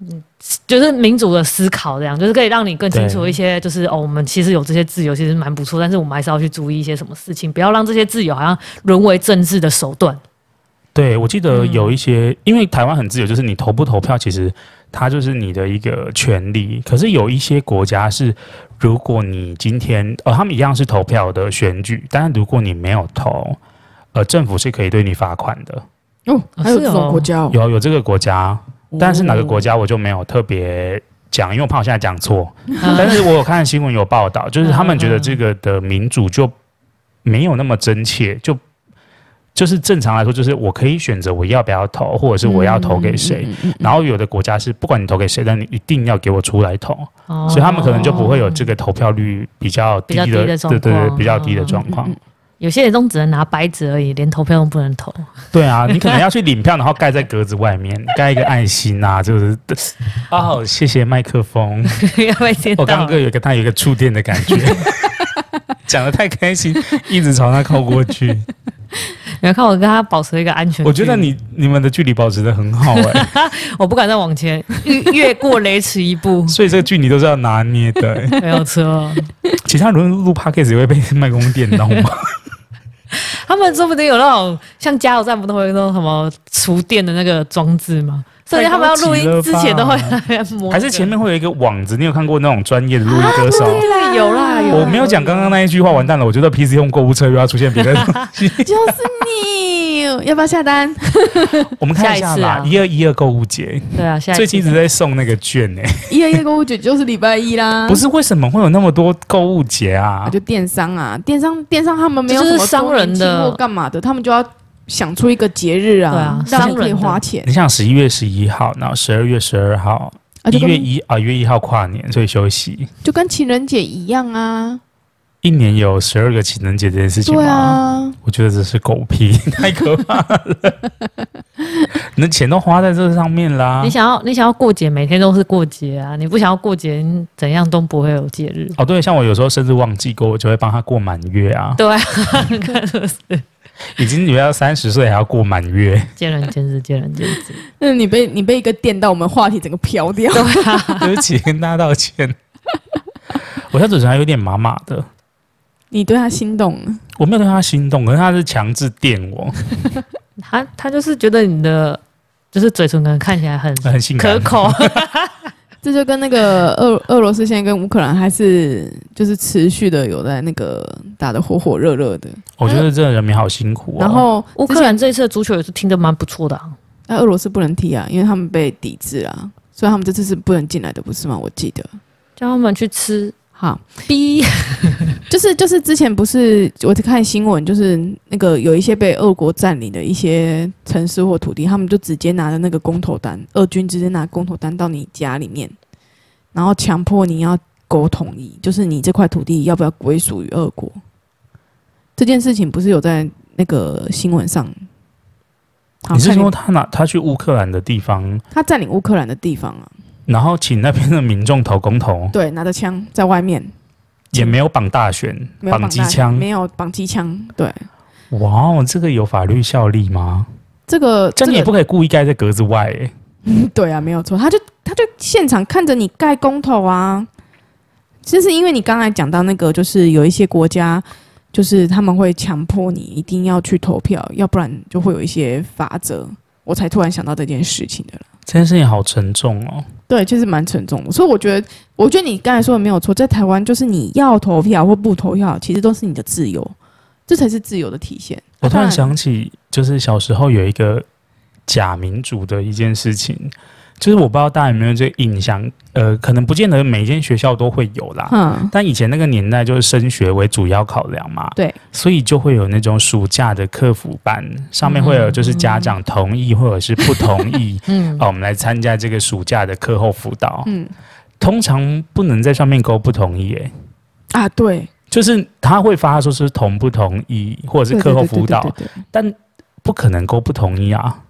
[SPEAKER 2] 嗯，就是民主的思考，这样就是可以让你更清楚
[SPEAKER 3] 对
[SPEAKER 2] 一些，就是哦，我们其实有这些自由，其实蛮不错，但是我们还是要去注意一些什么事情，不要让这些自由好像沦为政治的手段。
[SPEAKER 3] 对，我记得
[SPEAKER 2] 嗯
[SPEAKER 3] 有一些，因为台湾很自由，就是你投不投票，其实它就是你的一个权利。可是有一些国家是，如果你今天呃，他们一样是投票的选举，但是如果你没有投，呃，政府是可以对你罚款的。
[SPEAKER 1] 哦，
[SPEAKER 2] 哦
[SPEAKER 1] 还有
[SPEAKER 2] 是
[SPEAKER 1] 这种
[SPEAKER 2] 哦
[SPEAKER 1] 国家哦，
[SPEAKER 3] 有有这个国家，但是哪个国家我就没有特别讲，因为我怕我现在讲错。
[SPEAKER 1] 嗯
[SPEAKER 3] 但是我有看新闻有报道，就是他们觉得这个的民主就没有那么真切，就就是正常来说，就是我可以选择我要不要投，或者是我要投给谁。
[SPEAKER 1] 嗯？嗯嗯嗯
[SPEAKER 3] 然后有的国家是不管你投给谁，但你一定要给我出来投，
[SPEAKER 2] 哦
[SPEAKER 3] 所以他们可能就不会有这个投票率比较低的，
[SPEAKER 2] 比较低的状
[SPEAKER 3] 对对对，
[SPEAKER 2] 况
[SPEAKER 3] 比较低的状
[SPEAKER 1] 嗯
[SPEAKER 3] 况。
[SPEAKER 1] 嗯
[SPEAKER 2] 有些人都只能拿白纸而已，连投票都不能投。
[SPEAKER 3] 对啊，你可能要去领票，然后盖在格子外面，盖一个爱心啊，就是 哦，谢谢麦克风。
[SPEAKER 2] 要被听
[SPEAKER 3] 我
[SPEAKER 2] 到
[SPEAKER 3] 刚刚有一个他有一个触电 的感觉，讲的太开心，一直朝他靠过去。
[SPEAKER 2] 你要看我跟他保持一个安全距离。
[SPEAKER 3] 我觉得你你们的距离保持的很好 哎、
[SPEAKER 2] 我不敢再往前越越过雷池一
[SPEAKER 3] ，
[SPEAKER 2] 步
[SPEAKER 3] 所以这个距离都是要拿捏的、欸。
[SPEAKER 2] 没有错。
[SPEAKER 3] 其他人录 podcast 也会被麦克风电到吗？
[SPEAKER 2] 他们说不定有那种像加油站不都会有那种什么厨电的那个装置吗？ 所以他们要录音之前都会在那边摸那个，
[SPEAKER 3] 还是前面会有一个网子？你有看过那种专业的录音歌手？
[SPEAKER 2] 啊对啊有啦有啦。
[SPEAKER 3] 我没有讲刚刚那一句话，完蛋了！我觉得 PC Home 购物车又要出现别 的
[SPEAKER 1] 就是你，要不要下单？
[SPEAKER 3] 我们看一下
[SPEAKER 2] 下一次
[SPEAKER 3] 啦
[SPEAKER 2] 啊，
[SPEAKER 3] 一二一二购物节，
[SPEAKER 2] 对啊，下一
[SPEAKER 3] 最近一直在送那个券诶、
[SPEAKER 1] 一夜夜购物节就是礼拜一
[SPEAKER 2] 嗯
[SPEAKER 1] 啦，
[SPEAKER 3] 不是为什么会有那么多购物节
[SPEAKER 1] 啊，
[SPEAKER 3] 啊？
[SPEAKER 1] 就电商啊，电商电商他们没有什
[SPEAKER 2] 这就
[SPEAKER 1] 么
[SPEAKER 2] 是商人的
[SPEAKER 1] 周年庆或干嘛的，他们就要想出一个节日
[SPEAKER 2] 对
[SPEAKER 1] 啊
[SPEAKER 2] 啊，
[SPEAKER 1] 让你
[SPEAKER 2] 商人
[SPEAKER 1] 可
[SPEAKER 2] 的
[SPEAKER 1] 以花钱
[SPEAKER 3] 你，像十一月十一号，然后十二月十二号，
[SPEAKER 1] 啊，就
[SPEAKER 3] 一月
[SPEAKER 1] 跟
[SPEAKER 3] 一啊，一月一号跨年，所以休息
[SPEAKER 1] 就跟情人节一样啊，
[SPEAKER 3] 一年有十二个情人节这件事情
[SPEAKER 1] 对
[SPEAKER 3] 吗？
[SPEAKER 1] 啊，
[SPEAKER 3] 我觉得这是狗屁， 太可怕了！你的钱都花在这上面啦
[SPEAKER 2] 你。想要你想要过节，每天都是过节啊！你不想要过节，你怎样都不会有节日。
[SPEAKER 3] 哦，对，像我有时候甚至忘记过，我就会帮他过满月啊。
[SPEAKER 2] 对啊，你看是不是
[SPEAKER 3] 已经女要三十岁还要过满月，
[SPEAKER 2] 见仁见智，见仁见智。
[SPEAKER 1] 那你被你被一个电到，我们话题整个飘掉。
[SPEAKER 3] 对不起，跟大家道歉。 我现在嘴唇还有点麻麻的，
[SPEAKER 1] 你对他心动了，
[SPEAKER 3] 我没有对他心动，可是他是强制电我，
[SPEAKER 2] 他他就是觉得你的就是嘴唇可能看起来很
[SPEAKER 3] 很性
[SPEAKER 2] 可
[SPEAKER 3] 感。
[SPEAKER 2] 口，
[SPEAKER 1] 这就跟那个俄俄罗斯现在跟乌克兰还是就是持续的有在那个打的火火热热的，
[SPEAKER 3] 我觉得这个人民好辛苦、哦。
[SPEAKER 1] 然后
[SPEAKER 2] 乌
[SPEAKER 1] 之
[SPEAKER 2] 克
[SPEAKER 1] 前
[SPEAKER 2] 兰这一次的足球也是听得蛮不错的、啊，
[SPEAKER 1] 那俄罗斯不能踢啊，因为他们被抵制啊，所以他们这次是不能进来的，不是吗？我记得。
[SPEAKER 2] 叫他们去吃
[SPEAKER 1] 好，
[SPEAKER 2] B，
[SPEAKER 1] 就是就是之前不是我看新闻，就是那个有一些被俄国占领的一些城市或土地，他们就直接拿着那个公投单，俄军直接拿公投单到你家里面，然后强迫你要沟统一，就是你这块土地要不要归属于俄国。这件事情不是有在那个新闻上？好
[SPEAKER 3] 你是
[SPEAKER 1] 看
[SPEAKER 3] 说他拿他去乌克兰的地方，
[SPEAKER 1] 他占领乌克兰的地方啊？
[SPEAKER 3] 然后请那边的民众投公投，
[SPEAKER 1] 对，拿着枪在外面，
[SPEAKER 3] 也没有绑大选，
[SPEAKER 1] 没有
[SPEAKER 3] 绑机
[SPEAKER 1] 带
[SPEAKER 3] 枪。
[SPEAKER 1] 没有绑机枪，对。
[SPEAKER 3] 哇哦，这个有法律效力吗？
[SPEAKER 1] 这个
[SPEAKER 3] 这
[SPEAKER 1] 这
[SPEAKER 3] 你也
[SPEAKER 1] 个
[SPEAKER 3] 不可以故意盖在格子外、欸，
[SPEAKER 1] 对啊，没有错，他就他就现场看着你盖公投啊。就是因为你刚才讲到那个，就是有一些国家，就是他们会强迫你一定要去投票，要不然就会有一些法则。我才突然想到这件事情的了。
[SPEAKER 3] 这件事情好沉重哦。
[SPEAKER 1] 对，其实蛮沉重的，所以我觉得，我觉得你刚才说的没有错，在台湾就是你要投票或不投票，其实都是你的自由，这才是自由的体现。
[SPEAKER 3] 我突
[SPEAKER 1] 当
[SPEAKER 3] 然
[SPEAKER 1] 然
[SPEAKER 3] 想起，就是小时候有一个假民主的一件事情，就是我不知道大家有没有这个印象，呃，可能不见得每间学校都会有啦。
[SPEAKER 1] 嗯，
[SPEAKER 3] 但以前那个年代就是升学为主要考量嘛，
[SPEAKER 1] 对，
[SPEAKER 3] 所以就会有那种暑假的客服班，上面会有就是家长同意或者是不同意，
[SPEAKER 2] 嗯
[SPEAKER 3] 哦，我们来参加这个暑假的课后辅导。
[SPEAKER 1] 嗯
[SPEAKER 3] 通常不能在上面勾不同意、欸，
[SPEAKER 1] 啊，对，
[SPEAKER 3] 就是他会发说是同不同意，或者
[SPEAKER 1] 对
[SPEAKER 3] 是课后辅导，，
[SPEAKER 1] 对对对对对
[SPEAKER 3] 但不可能勾不同意啊。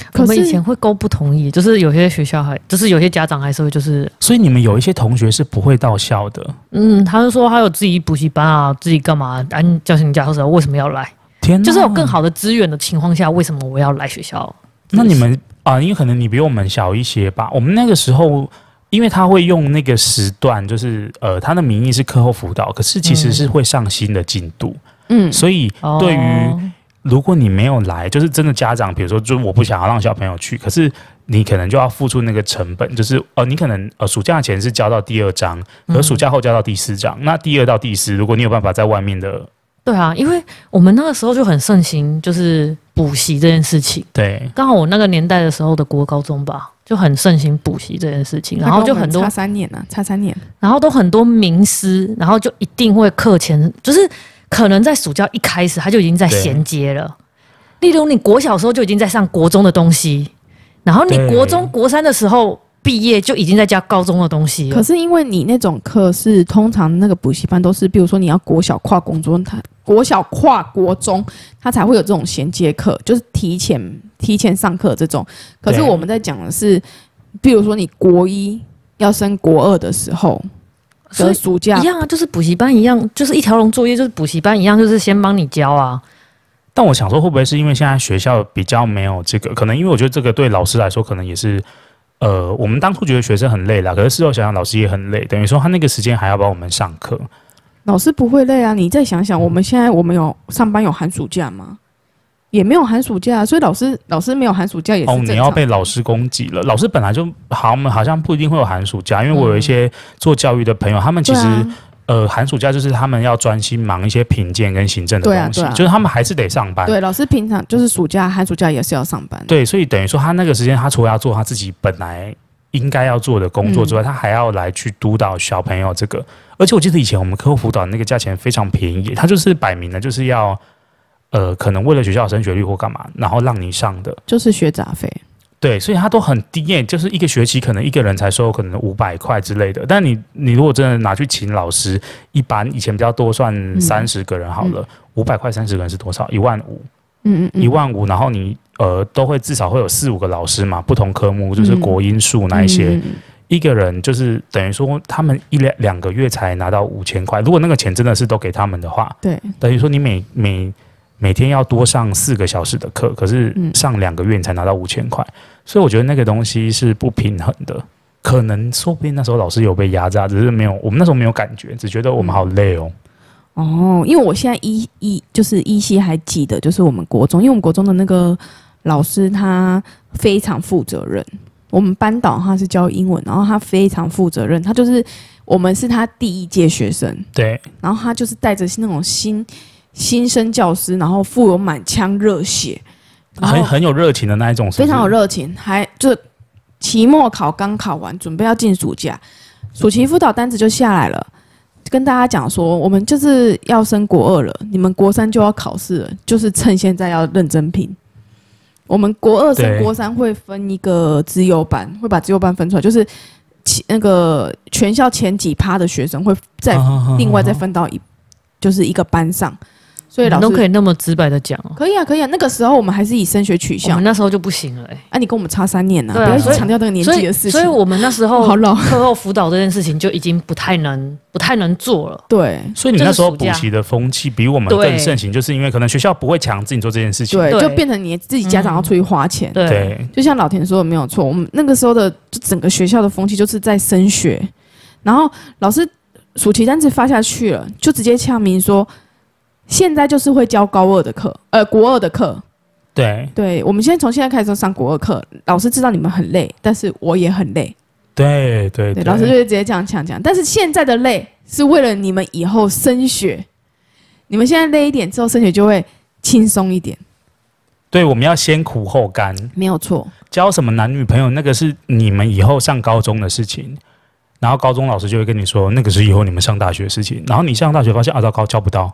[SPEAKER 2] 我
[SPEAKER 1] 可
[SPEAKER 2] 们
[SPEAKER 1] 是
[SPEAKER 2] 以前会勾不同意，就是有些学校还，就是有些家长还是会，就是
[SPEAKER 3] 所以你们有一些同学是不会到校的。
[SPEAKER 2] 嗯，他就说他有自己补习班啊，自己干嘛，按教请假或者为什么要来？
[SPEAKER 3] 天哪，
[SPEAKER 2] 就是有更。好的资源的情况下，为什么我要来学校？
[SPEAKER 3] 那你们啊，因为可能你比我们小一些吧。我们那个时候，因为他会用那个时段，就是呃，他的名义是课后辅导，可是其实
[SPEAKER 2] 嗯
[SPEAKER 3] 是会上新的进度，
[SPEAKER 1] 嗯，
[SPEAKER 3] 所以
[SPEAKER 2] 哦
[SPEAKER 3] 对于如果你没有来，就是真的家长，比如说，就是我不想要让小朋友去，可是你可能就要付出那个成本，就是呃，你可能呃暑假前是交到第二章，可
[SPEAKER 2] 嗯
[SPEAKER 3] 暑假后交到第四章，那第二到第四，如果你有办法在外面的，
[SPEAKER 2] 对啊，因为我们那个时候就很盛行，就是补习这件事情。
[SPEAKER 3] 对，
[SPEAKER 2] 刚好我那个年代的时候的国高中吧，就很盛行补习这件事情，然后就很多
[SPEAKER 1] 差三年啊，差三年，
[SPEAKER 2] 然后都很多名师，然后就一定会课前，就是可能在暑假一开始他就已经在衔接了。例如你国小的时候就已经在上国中的东西，然后你
[SPEAKER 3] 对
[SPEAKER 2] 国中国三的时候毕业就已经在教高中的东西
[SPEAKER 1] 可
[SPEAKER 2] 了。
[SPEAKER 1] 是因为你那种课是通常那个补习班都是，比如说你要国小跨国中，它国小跨国中，它才会有这种衔接课，就是提前提前上课这种。可是
[SPEAKER 3] 对
[SPEAKER 1] 我们在讲的是，比如说你国一要升国二的时候，
[SPEAKER 2] 所
[SPEAKER 1] 的
[SPEAKER 2] 以
[SPEAKER 1] 暑假
[SPEAKER 2] 一样啊，就是补习班一样，就是一条龙作业，就是补习班一样，就是先帮你教啊。
[SPEAKER 3] 但我想说，会不会是因为现在学校比较没有这个？可能因为我觉得这个对老师来说，可能也是，呃，我们当初觉得学生很累啦，可是事后想想，老师也很累，等于说他那个时间还要帮我们上课。
[SPEAKER 1] 老师不会累啊。你再想想，我们现在我们有上班有寒暑假吗？也没有寒暑假啊，所以老师老师没有寒暑假也是
[SPEAKER 3] 哦，
[SPEAKER 1] 正常。
[SPEAKER 3] 你要被老师攻击了。老师本来就好，我们好像不一定会有寒暑假，因为我有一些做教育的朋友，他们其
[SPEAKER 1] 对
[SPEAKER 3] 实、
[SPEAKER 1] 啊，
[SPEAKER 3] 呃，寒暑假就是他们要专心忙一些评鉴跟行政的
[SPEAKER 1] 对啊
[SPEAKER 3] 东西，
[SPEAKER 1] 对啊
[SPEAKER 3] 就是他们还是得上班。
[SPEAKER 1] 对，老师平常就是暑假、寒暑假也是要上班。
[SPEAKER 3] 对，所以等于说他那个时间，他除了要做他自己本来应该要做的工作之外，他还要来去督导小朋友这个。而且我记得以前我们课后辅导那个价钱非常便宜，他就是摆明了就是要，呃，可能为了学校的升学率或干嘛，然后让你上的。
[SPEAKER 1] 就是学杂费。
[SPEAKER 3] 对，所以他都很低耶、就是一个学期可能一个人才收可能五百块之类的。但你你如果真的拿去请老师，一般以前比较多算三十个人好了，五百块三十个人是多少？一万五。
[SPEAKER 1] 嗯嗯嗯，
[SPEAKER 3] 一万五，然后你呃都会至少会有四五个老师嘛，不同科目就是
[SPEAKER 1] 嗯
[SPEAKER 3] 国英数那一些，
[SPEAKER 1] 嗯嗯嗯
[SPEAKER 3] 一个人就是等于说他们一两两个月才拿到五千块，如果那个钱真的是都给他们的话，
[SPEAKER 1] 对，
[SPEAKER 3] 等于说你每每每天要多上四个小时的课，可是
[SPEAKER 1] 嗯
[SPEAKER 3] 上两个月你才拿到五千块，所以我觉得那个东西是不平衡的。可能说不定那时候老师有被压榨，只是没有我们那时候没有感觉，只觉得我们好累哦。
[SPEAKER 1] 哦，因为我现在依依就是依稀还记得，就是我们国中，因为我们国中的那个老师他非常负责任。我们班导他是教英文，然后他非常负责任，他就是我们是他第一届学生，
[SPEAKER 3] 对，
[SPEAKER 1] 然后他就是带着那种新新生教师，然后富有满腔热血，然
[SPEAKER 3] 很
[SPEAKER 1] 后
[SPEAKER 3] 很有热情的那一种是不
[SPEAKER 1] 哦
[SPEAKER 3] 是
[SPEAKER 1] 非常有热情，还就是期末考刚考完，准备要进暑假，暑期辅导单子就下来了，跟大家讲说，我们就是要升国二了，你们国三就要考试了，就是趁现在要认真拼。我们国二升
[SPEAKER 3] 对
[SPEAKER 1] 国三会分一个资优班，会把资优班分出来，就是其那个全校前几趴的学生会再
[SPEAKER 3] 啊
[SPEAKER 2] 哦
[SPEAKER 1] 另外再分到一，就是一个班上，所以
[SPEAKER 2] 你
[SPEAKER 1] 老师
[SPEAKER 2] 都可以那么直白的讲哦，
[SPEAKER 1] 可以啊，可以啊。那个时候我们还是以升学取
[SPEAKER 2] 我
[SPEAKER 1] 向啊
[SPEAKER 2] 们，那时候就不行了、欸。
[SPEAKER 1] 啊，你跟我们差三年呐、
[SPEAKER 2] 对啊
[SPEAKER 1] 不要一直
[SPEAKER 2] 所以
[SPEAKER 1] 强调那个年
[SPEAKER 2] 所
[SPEAKER 1] 纪
[SPEAKER 2] 以，
[SPEAKER 1] 的事情。
[SPEAKER 2] 所以我们那时
[SPEAKER 1] 我好
[SPEAKER 2] 候
[SPEAKER 1] 老，
[SPEAKER 2] 课后辅导这件事情就已经不太能、不太能做了。
[SPEAKER 1] 对
[SPEAKER 3] 所以你们那时候补习的风气比我们更
[SPEAKER 2] 对
[SPEAKER 3] 盛行，就是因为可能学校不会强制你做这件事情。
[SPEAKER 1] 对，
[SPEAKER 2] 对嗯
[SPEAKER 1] 就变成你自己家长要出去花钱。
[SPEAKER 2] 对，
[SPEAKER 3] 对
[SPEAKER 1] 就像老田说的没有错，我们那个时候的就整个学校的风气就是在升学，然后老师暑期单子发下去了，就直接呛明说，现在就是会教高二的课，呃，国二的课。
[SPEAKER 3] 对
[SPEAKER 1] 对，我们现在从现在开始就上国二课，老师知道你们很累，但是我也很累。
[SPEAKER 3] 对对
[SPEAKER 1] 对，老师就会直接这样讲讲。但是现在的累是为了你们以后升学，你们现在累一点之后，升学就会轻松一点。
[SPEAKER 3] 对，我们要先苦后甘。
[SPEAKER 1] 没有错。
[SPEAKER 3] 交什么男女朋友，那个是你们以后上高中的事情。然后高中老师就会跟你说，那个是以后你们上大学的事情。然后你上大学发现啊，糟糕，交不到，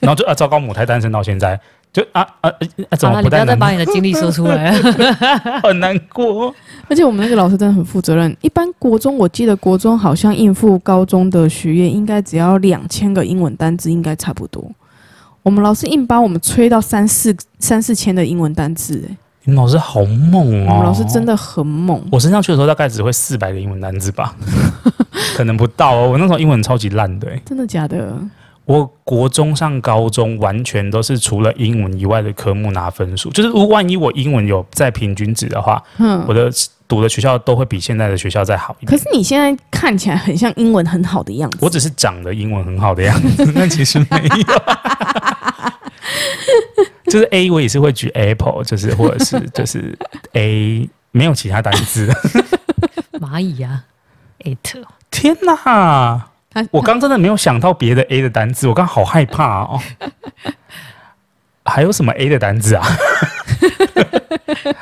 [SPEAKER 3] 然后就啊，糟糕，母胎单身到现在，就啊啊啊，怎
[SPEAKER 2] 好了，
[SPEAKER 3] 么不
[SPEAKER 2] 你不
[SPEAKER 3] 太
[SPEAKER 2] 要再
[SPEAKER 3] 难
[SPEAKER 2] 把你的经历说出 来了。
[SPEAKER 3] 很难过？
[SPEAKER 1] 而且我们那个老师真的很负责任。一般国中，我记得国中好像应付高中的学业，应该只要两千个英文单字，应该差不多。我们老师硬把我们吹到三四三四千的英文单字、欸，
[SPEAKER 3] 你们老师好猛
[SPEAKER 1] 我
[SPEAKER 3] 哦！
[SPEAKER 1] 们老师真。的很猛。
[SPEAKER 3] 我升上去的时候大概只会四百个英文单字吧， 可能不到哦。我那时候英文超级烂的、欸，
[SPEAKER 1] 真的假的？
[SPEAKER 3] 我国中上高中完全都是除了英文以外的科目拿分数，就是如万一我英文有在平均值的话，
[SPEAKER 1] 哼
[SPEAKER 3] 我。的读的学校都会比现在的学校再好一
[SPEAKER 1] 可
[SPEAKER 3] 点。
[SPEAKER 1] 是你现在看起来很像英文很好的样子。
[SPEAKER 3] 我只是长得英文很好的样子，但其实没有。 就是 A，我也是会举 apple，就是或者是就是 A，没有其他单字。
[SPEAKER 2] 蚂蚁呀、啊、，it
[SPEAKER 3] 天哪！
[SPEAKER 1] 他
[SPEAKER 3] 我刚真的没有想到别的 A 的单字，我刚好害怕哦。还有什么 A 的单字啊？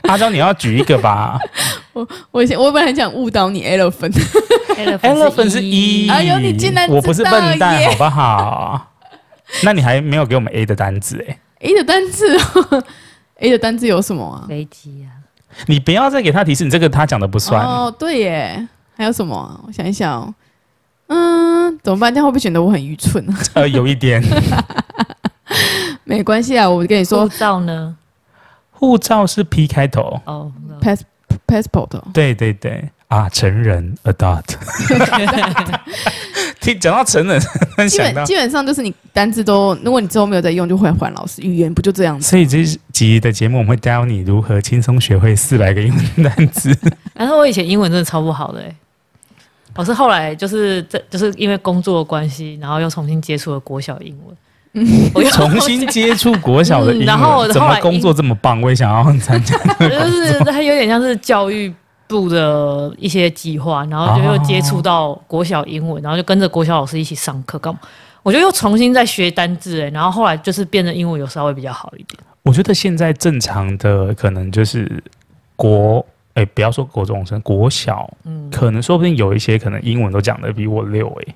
[SPEAKER 3] 阿娇，你要举一个吧。
[SPEAKER 1] 我先我本来想误导你 elephant，
[SPEAKER 3] Elephant 是
[SPEAKER 2] E
[SPEAKER 3] 一，
[SPEAKER 1] 哎呦你竟然知道
[SPEAKER 3] 我不是笨蛋，
[SPEAKER 1] 耶
[SPEAKER 3] 好不好？那你还没有给我们 A 的单字哎、
[SPEAKER 1] A 的单字哦，A 的单字有什么啊？
[SPEAKER 2] 飞机啊，
[SPEAKER 3] 你不要再给他提示，你这个他讲的不算。
[SPEAKER 1] 哦，对耶，还有什么啊、我想一想哦、嗯，怎么办？这样会不会显得我很愚蠢啊？
[SPEAKER 3] 呃，有一点。
[SPEAKER 1] 没关系啊，我跟你
[SPEAKER 2] 护
[SPEAKER 3] 哦
[SPEAKER 1] 说
[SPEAKER 2] 照呢？
[SPEAKER 3] 护照是 P 开头，
[SPEAKER 2] 哦，
[SPEAKER 1] ，pass passport 哦
[SPEAKER 3] 对对对啊，成人 adult。听讲到成人，突然
[SPEAKER 1] 基
[SPEAKER 3] 想到
[SPEAKER 1] 本基本上就是你单字都，如果你之后没有再用，就会还老师。语言不就这样子？
[SPEAKER 3] 所以这集的节目我们会教你如何轻松学会四百个英文单 词。
[SPEAKER 2] 但是我以前英文真的超不好的、欸，我是后来就是这就是因为工作的关系，然后又重新接触了国小英 文，我又
[SPEAKER 3] 重新接触国小的英文，
[SPEAKER 2] 嗯然后我
[SPEAKER 3] 怎
[SPEAKER 2] 后
[SPEAKER 3] 么
[SPEAKER 2] 来
[SPEAKER 3] 工作这么棒？我也想要参加。
[SPEAKER 2] 就是它有点像是教育部的一些计划，然后就
[SPEAKER 3] 啊
[SPEAKER 2] 又接触到国小英文，然后就跟着国小老师一起上课，干嘛？我就又重新再学单字、欸，然后后来就是变得英文有稍微比较好一点。
[SPEAKER 3] 我觉得现在正常的可能就是国，哎、不要说国中生，国小
[SPEAKER 2] 嗯，
[SPEAKER 3] 可能说不定有一些可能英文都讲的比我溜哎、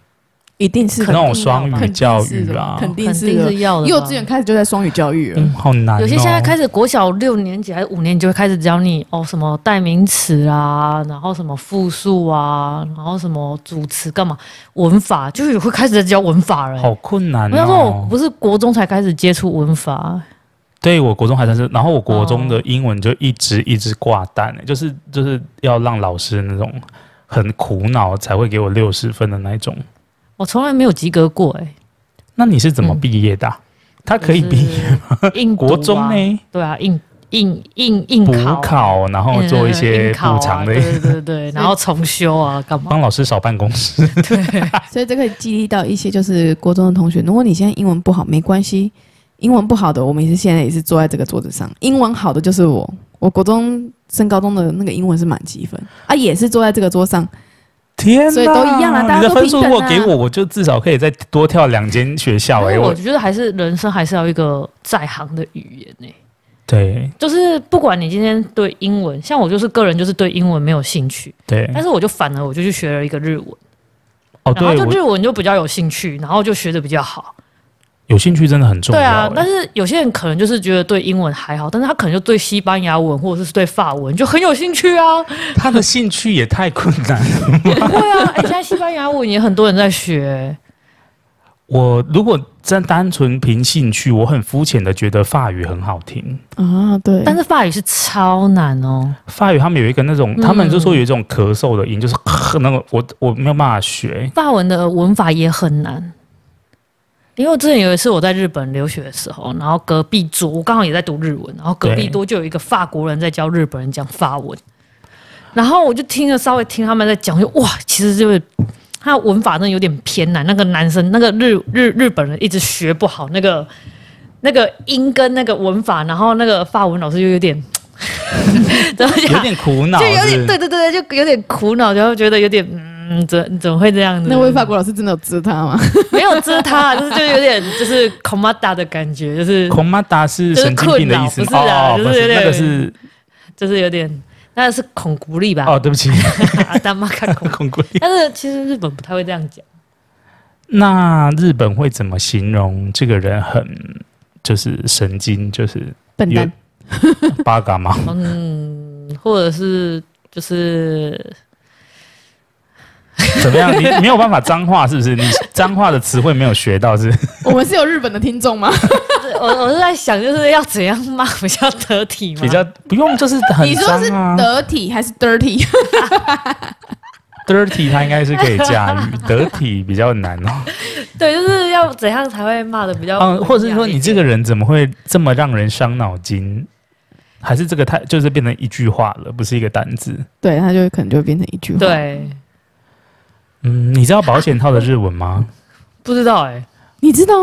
[SPEAKER 1] 一定是
[SPEAKER 3] 那
[SPEAKER 1] 的
[SPEAKER 3] 种双语教育啊，
[SPEAKER 1] 肯定
[SPEAKER 2] 肯
[SPEAKER 1] 是
[SPEAKER 2] 定
[SPEAKER 1] 的
[SPEAKER 2] 是。要的吧。
[SPEAKER 1] 幼稚园开始就在双语教育了，
[SPEAKER 3] 嗯，好难、哦。
[SPEAKER 2] 有些现在开始国小六年级还是五年级就会开始教你哦什么代名词啊，然后什么复数啊，然后什么主词干嘛文法，就是会开始在教文法了、欸。
[SPEAKER 3] 好困难、
[SPEAKER 2] 我
[SPEAKER 3] 哦。
[SPEAKER 2] 那时候我不是国中才开始接触文法，啊
[SPEAKER 3] 对我国中还算是，然后我国中的
[SPEAKER 2] 哦
[SPEAKER 3] 英文就一直一直挂单、欸，就是就是要让老师那种很苦恼才会给我六十分的那一种。
[SPEAKER 2] 我从来没有及格过哎、欸。
[SPEAKER 3] 那你是怎么毕业的啊、他可以毕业
[SPEAKER 2] 吗？硬嗯读啊
[SPEAKER 3] 国中？呢，
[SPEAKER 2] 对啊，硬硬硬硬
[SPEAKER 3] 补
[SPEAKER 2] 考，欸
[SPEAKER 3] 考，然后做一些
[SPEAKER 2] 硬考啊
[SPEAKER 3] 补偿的，
[SPEAKER 2] 对对对对，然后重修啊，干嘛？
[SPEAKER 3] 帮老师少办公 室。
[SPEAKER 1] 所以这可以激励到一些就是国中的同学。如果你现在英文不好，没关系，英文不好的我们也是现在也是坐在这个桌子上。英文好的就是我，我国中升高中的那个英文是满积分啊，也是坐在这个桌上。
[SPEAKER 3] 天哪，
[SPEAKER 1] 所以都一样啊大家
[SPEAKER 3] 你的
[SPEAKER 1] 都
[SPEAKER 3] 分数如
[SPEAKER 1] 平等
[SPEAKER 3] 果
[SPEAKER 1] 啊
[SPEAKER 3] 给我，我就至少可以再多跳两间学校哎、
[SPEAKER 2] 因为我
[SPEAKER 3] 我
[SPEAKER 2] 觉得还是人生还是要一个在行的语言呢、欸
[SPEAKER 3] 对
[SPEAKER 2] 就是不管你今天对英文，像我就是个人就是对英文没有兴趣，
[SPEAKER 3] 对
[SPEAKER 2] 但是我就反而我就去学了一个日文，
[SPEAKER 3] 嗯哦，
[SPEAKER 2] 哎然后
[SPEAKER 3] 对
[SPEAKER 2] 就日
[SPEAKER 3] 我
[SPEAKER 2] 文就比较有兴趣，然后就学的比较好。
[SPEAKER 3] 有兴趣真的很重要、
[SPEAKER 2] 对啊
[SPEAKER 3] 欸，
[SPEAKER 2] 但是有些人可能就是觉得对英文还好，但是他可能就对西班牙文或者是对法文就很有兴趣啊。
[SPEAKER 3] 他的兴趣也太困难了。
[SPEAKER 2] 对啊，哎、现在西班牙文也很多人在学、
[SPEAKER 3] 我如果真单纯凭兴趣，我很肤浅的觉得法语很好听。
[SPEAKER 1] 啊，对，
[SPEAKER 2] 但是法语是超难哦。
[SPEAKER 3] 法语他们有一个那种，
[SPEAKER 2] 嗯
[SPEAKER 3] 他们就说有一种咳嗽的音，就是 那个我我没有办法学。
[SPEAKER 2] 法文的文法也很难。因为我之前有一次我在日本留学的时候，然后隔壁桌我刚好也在读日文，然后隔壁
[SPEAKER 3] 对
[SPEAKER 2] 桌就有一个法国人在教日本人讲法文，然后我就听了稍微听他们在讲，就哇，其实就是他的文法真的有点偏难。那个男生那个日日日本人一直学不好那个那个音跟那个文法，然后那个法文老师就有点 怎么讲，
[SPEAKER 3] 有点苦恼，
[SPEAKER 2] 啊就有
[SPEAKER 3] 是
[SPEAKER 2] 点
[SPEAKER 3] 不
[SPEAKER 2] 对
[SPEAKER 3] 是
[SPEAKER 2] 对对，对就有点苦恼，然后觉得有点嗯，嗯，怎怎么会这样子？
[SPEAKER 1] 那位法国老师真的有治他吗？
[SPEAKER 2] 没有遮他， 就是就有点就是 komada 的感觉，就是
[SPEAKER 3] 恐马达是神经病的意思
[SPEAKER 2] 就是
[SPEAKER 3] 吗？
[SPEAKER 2] 困扰
[SPEAKER 3] 哦，
[SPEAKER 2] 不是啊就是有
[SPEAKER 3] 不是
[SPEAKER 2] 点
[SPEAKER 3] 那个是
[SPEAKER 2] 就是有点那是恐古力吧？
[SPEAKER 3] 哦，对不起，
[SPEAKER 2] 阿丹玛看恐，
[SPEAKER 3] 恐怖。
[SPEAKER 2] 但是其实日本不太会这样讲，
[SPEAKER 3] 那日本会怎么形容这个人很就是神经，就是
[SPEAKER 1] 笨蛋，
[SPEAKER 3] 八嘎吗？
[SPEAKER 2] 嗯，或者是就是
[SPEAKER 3] 怎么样？你没有办法脏话是不是？你脏话的词汇没有学到是不是？
[SPEAKER 1] 我们是有日本的听众吗？
[SPEAKER 2] 我我是在想，就是要怎样骂比较得体嘛？
[SPEAKER 3] 比较不用，就是很
[SPEAKER 1] 你说
[SPEAKER 3] 脏
[SPEAKER 1] 是
[SPEAKER 3] 啊。
[SPEAKER 1] 得体还是 dirty？
[SPEAKER 3] dirty 它应该是可以驾驭，得体比较难 哦。
[SPEAKER 2] 对，就是要怎样才会骂的比较
[SPEAKER 3] 嗯，或者是说你这个
[SPEAKER 2] 人
[SPEAKER 3] 人怎么会这么让人伤脑筋？还是这个太就是变成一句话了，不是一个单字。
[SPEAKER 1] 对，他就可能就会变成一句话。，
[SPEAKER 2] 对，
[SPEAKER 3] 嗯，你知道保险套的日文吗？
[SPEAKER 2] 不知道哎，
[SPEAKER 1] 你知道，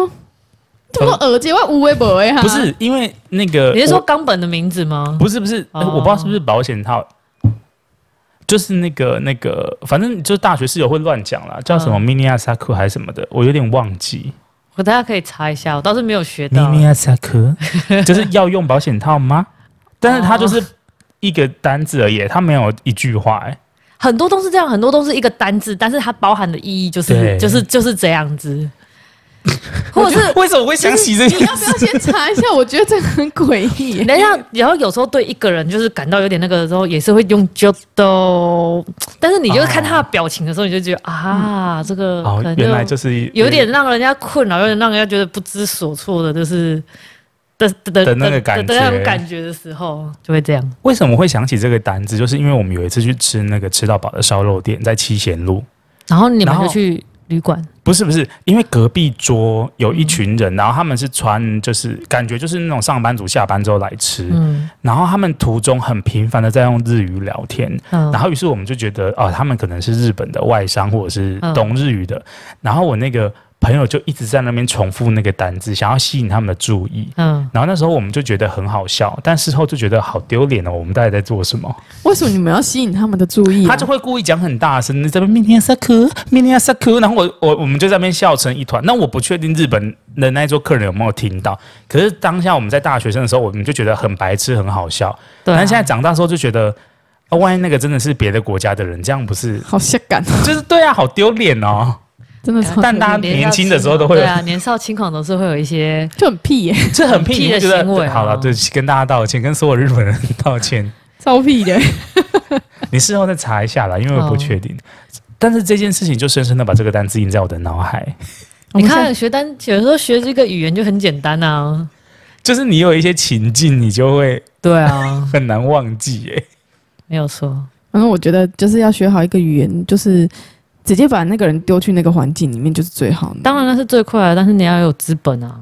[SPEAKER 1] 这么多耳结我无微博哎哈，
[SPEAKER 3] 不是，因为那个
[SPEAKER 2] 你是说
[SPEAKER 3] 呃我
[SPEAKER 2] 冈本的名字吗？
[SPEAKER 3] 不是不是，呃
[SPEAKER 2] 哦
[SPEAKER 3] 我不知道是不是保险套，就是那个那个，反正就是大学室友会乱讲啦，叫什么 mini a s a k 还是什么的，我有点忘记。
[SPEAKER 2] 我大家可以查一下，我倒是没有学到。
[SPEAKER 3] mini a s a k 就是要用保险套吗？但是它就是一个单字而已，它没有一句话、欸。
[SPEAKER 2] 很多都是这样，很多都是一个单字，但是它包含的意义就是
[SPEAKER 3] 对
[SPEAKER 2] 就是就是这样 子，或者是
[SPEAKER 3] 为什么我会想起这
[SPEAKER 1] 你要不要先查一下？我觉得这个很诡 异耶。
[SPEAKER 2] 人家，然后有时候对一个人就是感到有点那个的时候，也是会用 j o d o 但是你就是看他的表情的时候，你就觉得啊，这个
[SPEAKER 3] 哦
[SPEAKER 2] 可能，
[SPEAKER 3] 原来就是
[SPEAKER 2] 有点让人家困扰，有点让人家觉得不知所措的，就是的的
[SPEAKER 3] 的那个感
[SPEAKER 2] 的那种
[SPEAKER 3] 觉
[SPEAKER 2] 感觉的时候，就会这样。
[SPEAKER 3] 为什么会想起这个单字，就是因为我们有一次去吃那个吃到饱的烧肉店，在七贤路。
[SPEAKER 2] 然后你们
[SPEAKER 3] 然后
[SPEAKER 2] 就去旅馆，
[SPEAKER 3] 不是不是，因为隔壁桌有一群人，然后他们是穿就是感觉就是那种上班族下班之后来吃，
[SPEAKER 2] 嗯
[SPEAKER 3] 然后他们途中很频繁的在用日语聊天，
[SPEAKER 2] 嗯
[SPEAKER 3] 然后于是我们就觉得哦、他们可能是日本的外商或者是
[SPEAKER 2] 嗯
[SPEAKER 3] 懂日语的，然后我那个朋友就一直在那边重复那个单字，想要吸引他们的注意。
[SPEAKER 2] 嗯，
[SPEAKER 3] 然后那时候我们就觉得很好笑，但事后就觉得好丢脸哦，我们到底在做什么？
[SPEAKER 1] 为什么你们要吸引他们的注意啊？
[SPEAKER 3] 他就会故意讲很大声，在那边明天下课，明天下课，然后我我我们就在那边笑成一团。那我不确定日本的那一桌客人有没有听到，可是当下我们在大学生的时候，我们就觉得很白痴，很好笑。
[SPEAKER 2] 对啊、
[SPEAKER 3] 但现在长大之后就觉得，啊，万一那个真的是别的国家的人，这样不是
[SPEAKER 1] 好下感，
[SPEAKER 3] 就是对啊，好丢脸 哦。
[SPEAKER 1] 真的超
[SPEAKER 3] 但大家年轻的时候都会有
[SPEAKER 2] 对啊，年少轻狂总是会有一些
[SPEAKER 1] 就很屁耶，
[SPEAKER 3] 这很屁，
[SPEAKER 2] 屁
[SPEAKER 3] 你
[SPEAKER 2] 的
[SPEAKER 3] 会觉得
[SPEAKER 2] 行为
[SPEAKER 3] 对好了，
[SPEAKER 2] 哦
[SPEAKER 3] 对，跟大家道歉，跟所有日本人道歉。
[SPEAKER 1] 超屁的。
[SPEAKER 3] 你事后再查一下啦，因为我不
[SPEAKER 2] 哦
[SPEAKER 3] 确定。但是这件事情就深深的把这个单字印在我的脑海。
[SPEAKER 2] 你看学单，有时候学这个语言就很简单啊。
[SPEAKER 3] 就是你有一些情境，你就会
[SPEAKER 2] 对啊，
[SPEAKER 3] 很难忘记耶、
[SPEAKER 2] 没有错。
[SPEAKER 1] 反正我觉得就是要学好一个语言，就是直接把那个人丢去那个环境里面就是最好的。
[SPEAKER 2] 当然那是最快的，但是你要有资本啊。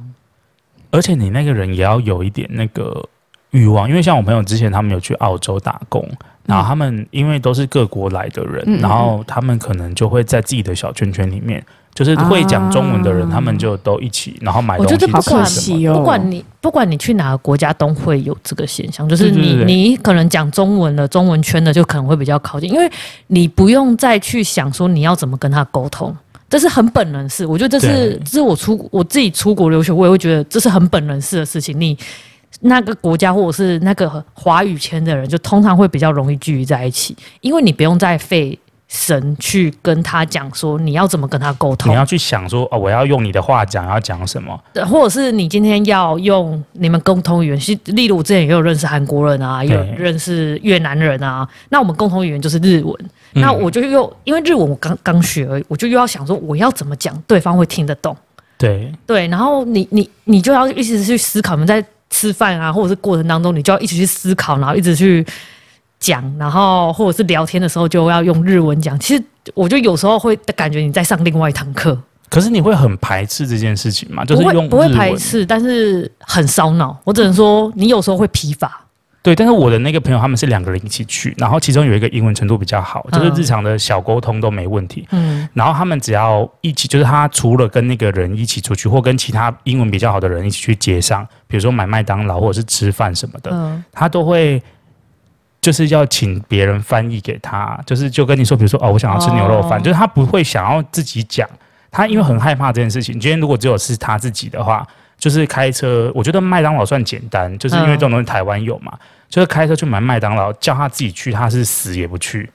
[SPEAKER 3] 而且你那个人也要有一点那个欲望，因为像我朋友之前他们有去澳洲打工，然后他们因为都是各国来的人，
[SPEAKER 1] 嗯嗯嗯
[SPEAKER 3] 然后他们可能就会在自己的小圈圈里面，就是会讲中文的人，
[SPEAKER 1] 啊
[SPEAKER 3] 他们就都一起，然后买
[SPEAKER 2] 我
[SPEAKER 3] 东
[SPEAKER 2] 觉
[SPEAKER 3] 西
[SPEAKER 2] 得
[SPEAKER 3] 吃
[SPEAKER 2] 不
[SPEAKER 1] 好可
[SPEAKER 2] 管
[SPEAKER 3] 什么的。
[SPEAKER 1] 惜哦，
[SPEAKER 2] 不管你不管你去哪个国家，都会有这个现象，就是
[SPEAKER 3] 对对
[SPEAKER 2] 你
[SPEAKER 3] 对
[SPEAKER 2] 你可能讲中文的，中文圈的就可能会比较靠近，因为你不用再去想说你要怎么跟他沟通，这是很本能事。我觉得这是
[SPEAKER 3] 对
[SPEAKER 2] 这是我出我自己出国留学，我也会觉得这是很本能事的事情。你那个国家或者是那个华语圈的人，就通常会比较容易聚集在一起，因为你不用再费神去跟他讲说你要怎么跟他沟通
[SPEAKER 3] 你。要去想说哦，我要用你的话讲，要讲什么？
[SPEAKER 2] 对，或者是你今天要用你们共同语言，是例如我之前也有认识韩国人啊，也有
[SPEAKER 3] 对
[SPEAKER 2] 认识越南人啊，那我们共同语言就是日文。那
[SPEAKER 3] 嗯
[SPEAKER 2] 我就又因为日文我刚刚学而已，我就又要想说我要怎么讲对方会听得懂。
[SPEAKER 3] 对，
[SPEAKER 2] 对，然后你你你就要一直去思考，你们在吃饭啊，或者是过程当中，你就要一直去思考，然后一直去讲，然后或者是聊天的时候就要用日文讲。其实我就有时候会感觉你在上另外一堂课，
[SPEAKER 3] 可是你会很排斥这件事情吗？就是
[SPEAKER 2] 不会
[SPEAKER 3] 用
[SPEAKER 2] 不会
[SPEAKER 3] 日
[SPEAKER 2] 排
[SPEAKER 3] 文嗯
[SPEAKER 2] 斥，但是很烧脑。我只能说，你有时候会疲乏。
[SPEAKER 3] 对，但是我的那个朋友他们是两个人一起去，然后其中有一个英文程度比较好，就是
[SPEAKER 2] 嗯
[SPEAKER 3] 日常的小沟通都没问题。
[SPEAKER 2] 嗯，
[SPEAKER 3] 然后他们只要一起，就是他除了跟那个人一起出去，或跟其他英文比较好的人一起去街上，比如说买麦当劳或者是吃饭什么的，
[SPEAKER 2] 嗯
[SPEAKER 3] 他都会就是要请别人翻译给他，就是就跟你说，比如说哦，我想要吃牛肉饭，
[SPEAKER 2] 哦
[SPEAKER 3] 就是他不会想要自己讲，他因为很害怕这件事情。今天如果只有是他自己的话，就是开车，我觉得麦当劳算简单，就是因为这种东西台湾有嘛，就是开车去买麦当劳，叫他自己去，他是死也不去，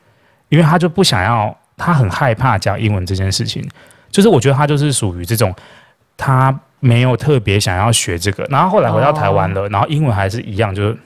[SPEAKER 3] 因为他就不想要，他很害怕讲英文这件事情。就是我觉得他就是属于这种，他没有特别想要学这个，然后后来回到台湾了，
[SPEAKER 2] 哦
[SPEAKER 3] 然后英文还是一样，就是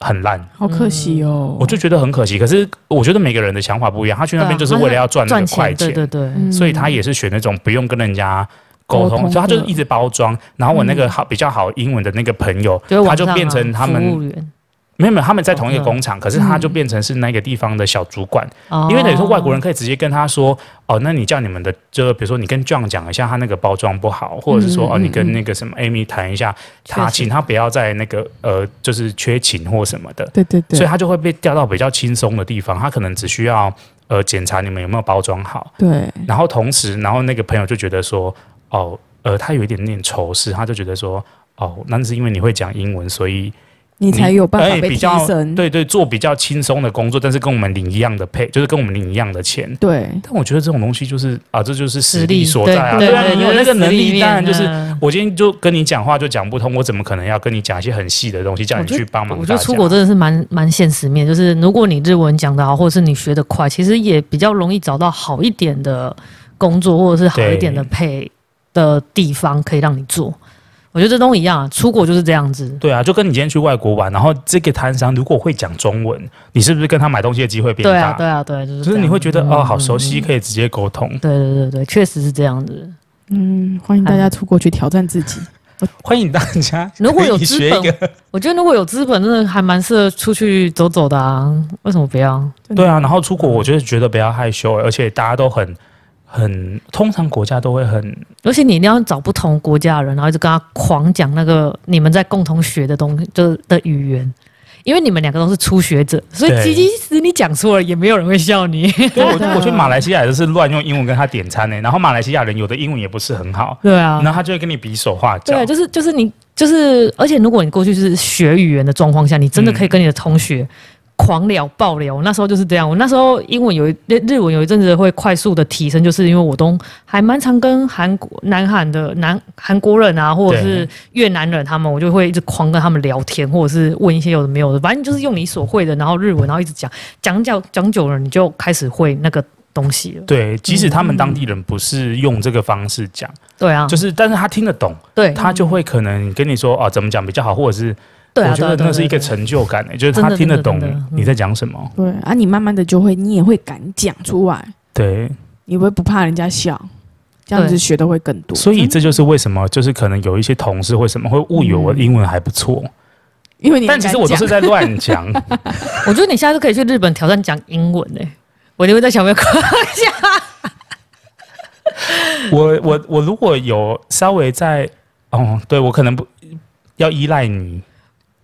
[SPEAKER 3] 很烂。
[SPEAKER 1] 好可惜哦。
[SPEAKER 3] 嗯我就觉得很可惜。可是我觉得每个人的想法不一样，他去那边就是为了要赚那
[SPEAKER 2] 赚
[SPEAKER 3] 个快
[SPEAKER 2] 钱，对对对，
[SPEAKER 1] 嗯
[SPEAKER 3] 所以他也是选那种不用跟人家。沟
[SPEAKER 1] 沟
[SPEAKER 3] 通，
[SPEAKER 1] 通
[SPEAKER 3] 所以他就是
[SPEAKER 1] 的
[SPEAKER 3] 一直包装。然后我那个好比较好英文的那个朋友，
[SPEAKER 2] 嗯就是
[SPEAKER 3] 他
[SPEAKER 2] 晚
[SPEAKER 3] 就
[SPEAKER 2] 上啊
[SPEAKER 3] 变成他们
[SPEAKER 2] 服务员，
[SPEAKER 3] 没有没有，他们在同一个
[SPEAKER 2] 哦
[SPEAKER 3] 工厂，可是他就
[SPEAKER 1] 嗯
[SPEAKER 3] 变成是那个地方的小主管。因为等于
[SPEAKER 1] 哦
[SPEAKER 2] 哦
[SPEAKER 3] 说外国人可以直接跟他说，哦，那你叫你们的，就比如说你跟 John 讲一下他那个包装不好，或者是说、
[SPEAKER 1] 嗯
[SPEAKER 3] 哦，
[SPEAKER 1] 嗯
[SPEAKER 3] 你跟那个什么 Amy 谈一下，他
[SPEAKER 2] 确实
[SPEAKER 3] 请他不要再那个呃，就是缺勤或什么的。
[SPEAKER 1] 对对对，
[SPEAKER 3] 所以他就会被调到比较轻松的地方，他可能只需要呃检查你们有没有包装好，
[SPEAKER 1] 对
[SPEAKER 3] 然后同时，然后那个朋友就觉得说，哦，呃，他有一点点仇视，他就觉得说，哦，那是因为你会讲英文，所以
[SPEAKER 1] 你才有办
[SPEAKER 3] 哎
[SPEAKER 1] 法被
[SPEAKER 3] 比
[SPEAKER 1] 提
[SPEAKER 3] 较
[SPEAKER 1] 升。
[SPEAKER 3] 对对，做比较轻松的工作，但是跟我们领一样的配，就是跟我们领一样的钱。
[SPEAKER 1] 对
[SPEAKER 3] 但我觉得这种东西就是啊，这就是实
[SPEAKER 2] 实
[SPEAKER 3] 力
[SPEAKER 2] 力
[SPEAKER 3] 所在啊，
[SPEAKER 2] 对
[SPEAKER 3] 啊，
[SPEAKER 2] 对
[SPEAKER 3] 你
[SPEAKER 2] 对
[SPEAKER 3] 有那个
[SPEAKER 2] 就是
[SPEAKER 3] 能
[SPEAKER 2] 实力
[SPEAKER 3] 力，
[SPEAKER 2] 面
[SPEAKER 3] 当然就是
[SPEAKER 2] 嗯
[SPEAKER 3] 我今天就跟你讲话就讲不通，我怎么可能要跟你讲一些很细的东西，叫你
[SPEAKER 2] 我觉得
[SPEAKER 3] 去帮忙
[SPEAKER 2] 我觉
[SPEAKER 3] 大家？
[SPEAKER 2] 得出国真的是蛮蛮现实面，就是如果你日文讲得好，或者是你学得快，其实也比较容易找到好一点的工作，或者是好一点的配的地方可以让你做。我觉得这都一样啊，出国就是这样子。
[SPEAKER 3] 对啊，就跟你今天去外国玩，然后这个摊商如果会讲中文，你是不是跟他买东西的机会变
[SPEAKER 2] 对
[SPEAKER 3] 大？
[SPEAKER 2] 啊，对啊，对，就是
[SPEAKER 3] 就
[SPEAKER 2] 这
[SPEAKER 3] 是
[SPEAKER 2] 样
[SPEAKER 3] 你会觉得、
[SPEAKER 2] 嗯
[SPEAKER 3] 哦，好熟悉，可以直接沟通。
[SPEAKER 2] 对对对对，确实是这样 子。
[SPEAKER 1] 嗯，欢迎大家出国去挑战自己。
[SPEAKER 3] 欢迎大家，
[SPEAKER 2] 如果有
[SPEAKER 3] 可以
[SPEAKER 2] 资
[SPEAKER 3] 学一
[SPEAKER 2] 本
[SPEAKER 3] 个，
[SPEAKER 2] 我觉得如果有资本，真的还蛮适合出去走走的啊。为什么不要？
[SPEAKER 3] 对啊，然后出国我就是觉得不要害羞，而且大家都很很，通常国家都会很
[SPEAKER 2] 而且你一定要找不同国家的人，然后一直跟他狂讲那个你们在共同学的东西，就是的语言。因为你们两个都是初学者，所以
[SPEAKER 3] 对
[SPEAKER 2] 即使你讲错了，也没有人会笑你。
[SPEAKER 3] 对我我去马来西亚也是乱用英文跟他点餐欸呢、然后马来西亚人有的英文也不是很好，
[SPEAKER 2] 对啊
[SPEAKER 3] 然，后他就会跟你比手画脚
[SPEAKER 2] 对，。啊就是就是你就是，而且如果你过去是学语言的状况下，你
[SPEAKER 3] 嗯
[SPEAKER 2] 真的可以跟你的同学狂聊爆聊。我那时候就是这样，我那时候英文有一日日文有一阵子会快速的提升，就是因为我都还蛮常跟韩国南韩的南韩国人啊，或者是越南人他们，我就会一直狂跟他们聊天，或者是问一些有的没有的，反正就是用你所会的，然后日文，然后一直讲讲讲讲久了，你就开始会那个东西了。
[SPEAKER 3] 对，即使他们当地人不是用这个方式讲，
[SPEAKER 2] 对啊，
[SPEAKER 3] 就是但是他听得懂，
[SPEAKER 2] 对
[SPEAKER 3] 他就会可能跟你说哦，怎么讲比较好，或者是
[SPEAKER 2] 对啊，
[SPEAKER 3] 我觉得
[SPEAKER 2] 对啊
[SPEAKER 3] 那是一
[SPEAKER 2] 对
[SPEAKER 3] 个。
[SPEAKER 2] 啊对啊
[SPEAKER 3] 成就感、欸，就是
[SPEAKER 2] 真
[SPEAKER 3] 他
[SPEAKER 2] 的
[SPEAKER 3] 听得
[SPEAKER 2] 真的
[SPEAKER 3] 懂
[SPEAKER 2] 真的嗯
[SPEAKER 3] 你在讲什么。
[SPEAKER 1] 对啊，你慢慢的就会，你也会敢讲出来，
[SPEAKER 3] 对，
[SPEAKER 2] 嗯
[SPEAKER 1] 你会不怕人家笑，这样子
[SPEAKER 2] 对
[SPEAKER 1] 学的会更多。
[SPEAKER 3] 所以
[SPEAKER 1] 真的
[SPEAKER 3] 这就是为什么，就是可能有一些同事会什么会误以为
[SPEAKER 2] 嗯
[SPEAKER 3] 我的英文还不错，
[SPEAKER 1] 因为你
[SPEAKER 3] 但其实我都是
[SPEAKER 1] 敢讲
[SPEAKER 3] 在 乱讲。
[SPEAKER 2] 我觉得你下次可以去日本挑战讲英文呢、欸我就会在小 妹框下。
[SPEAKER 3] 我我我如果有稍微在哦，对我可能不要依赖你，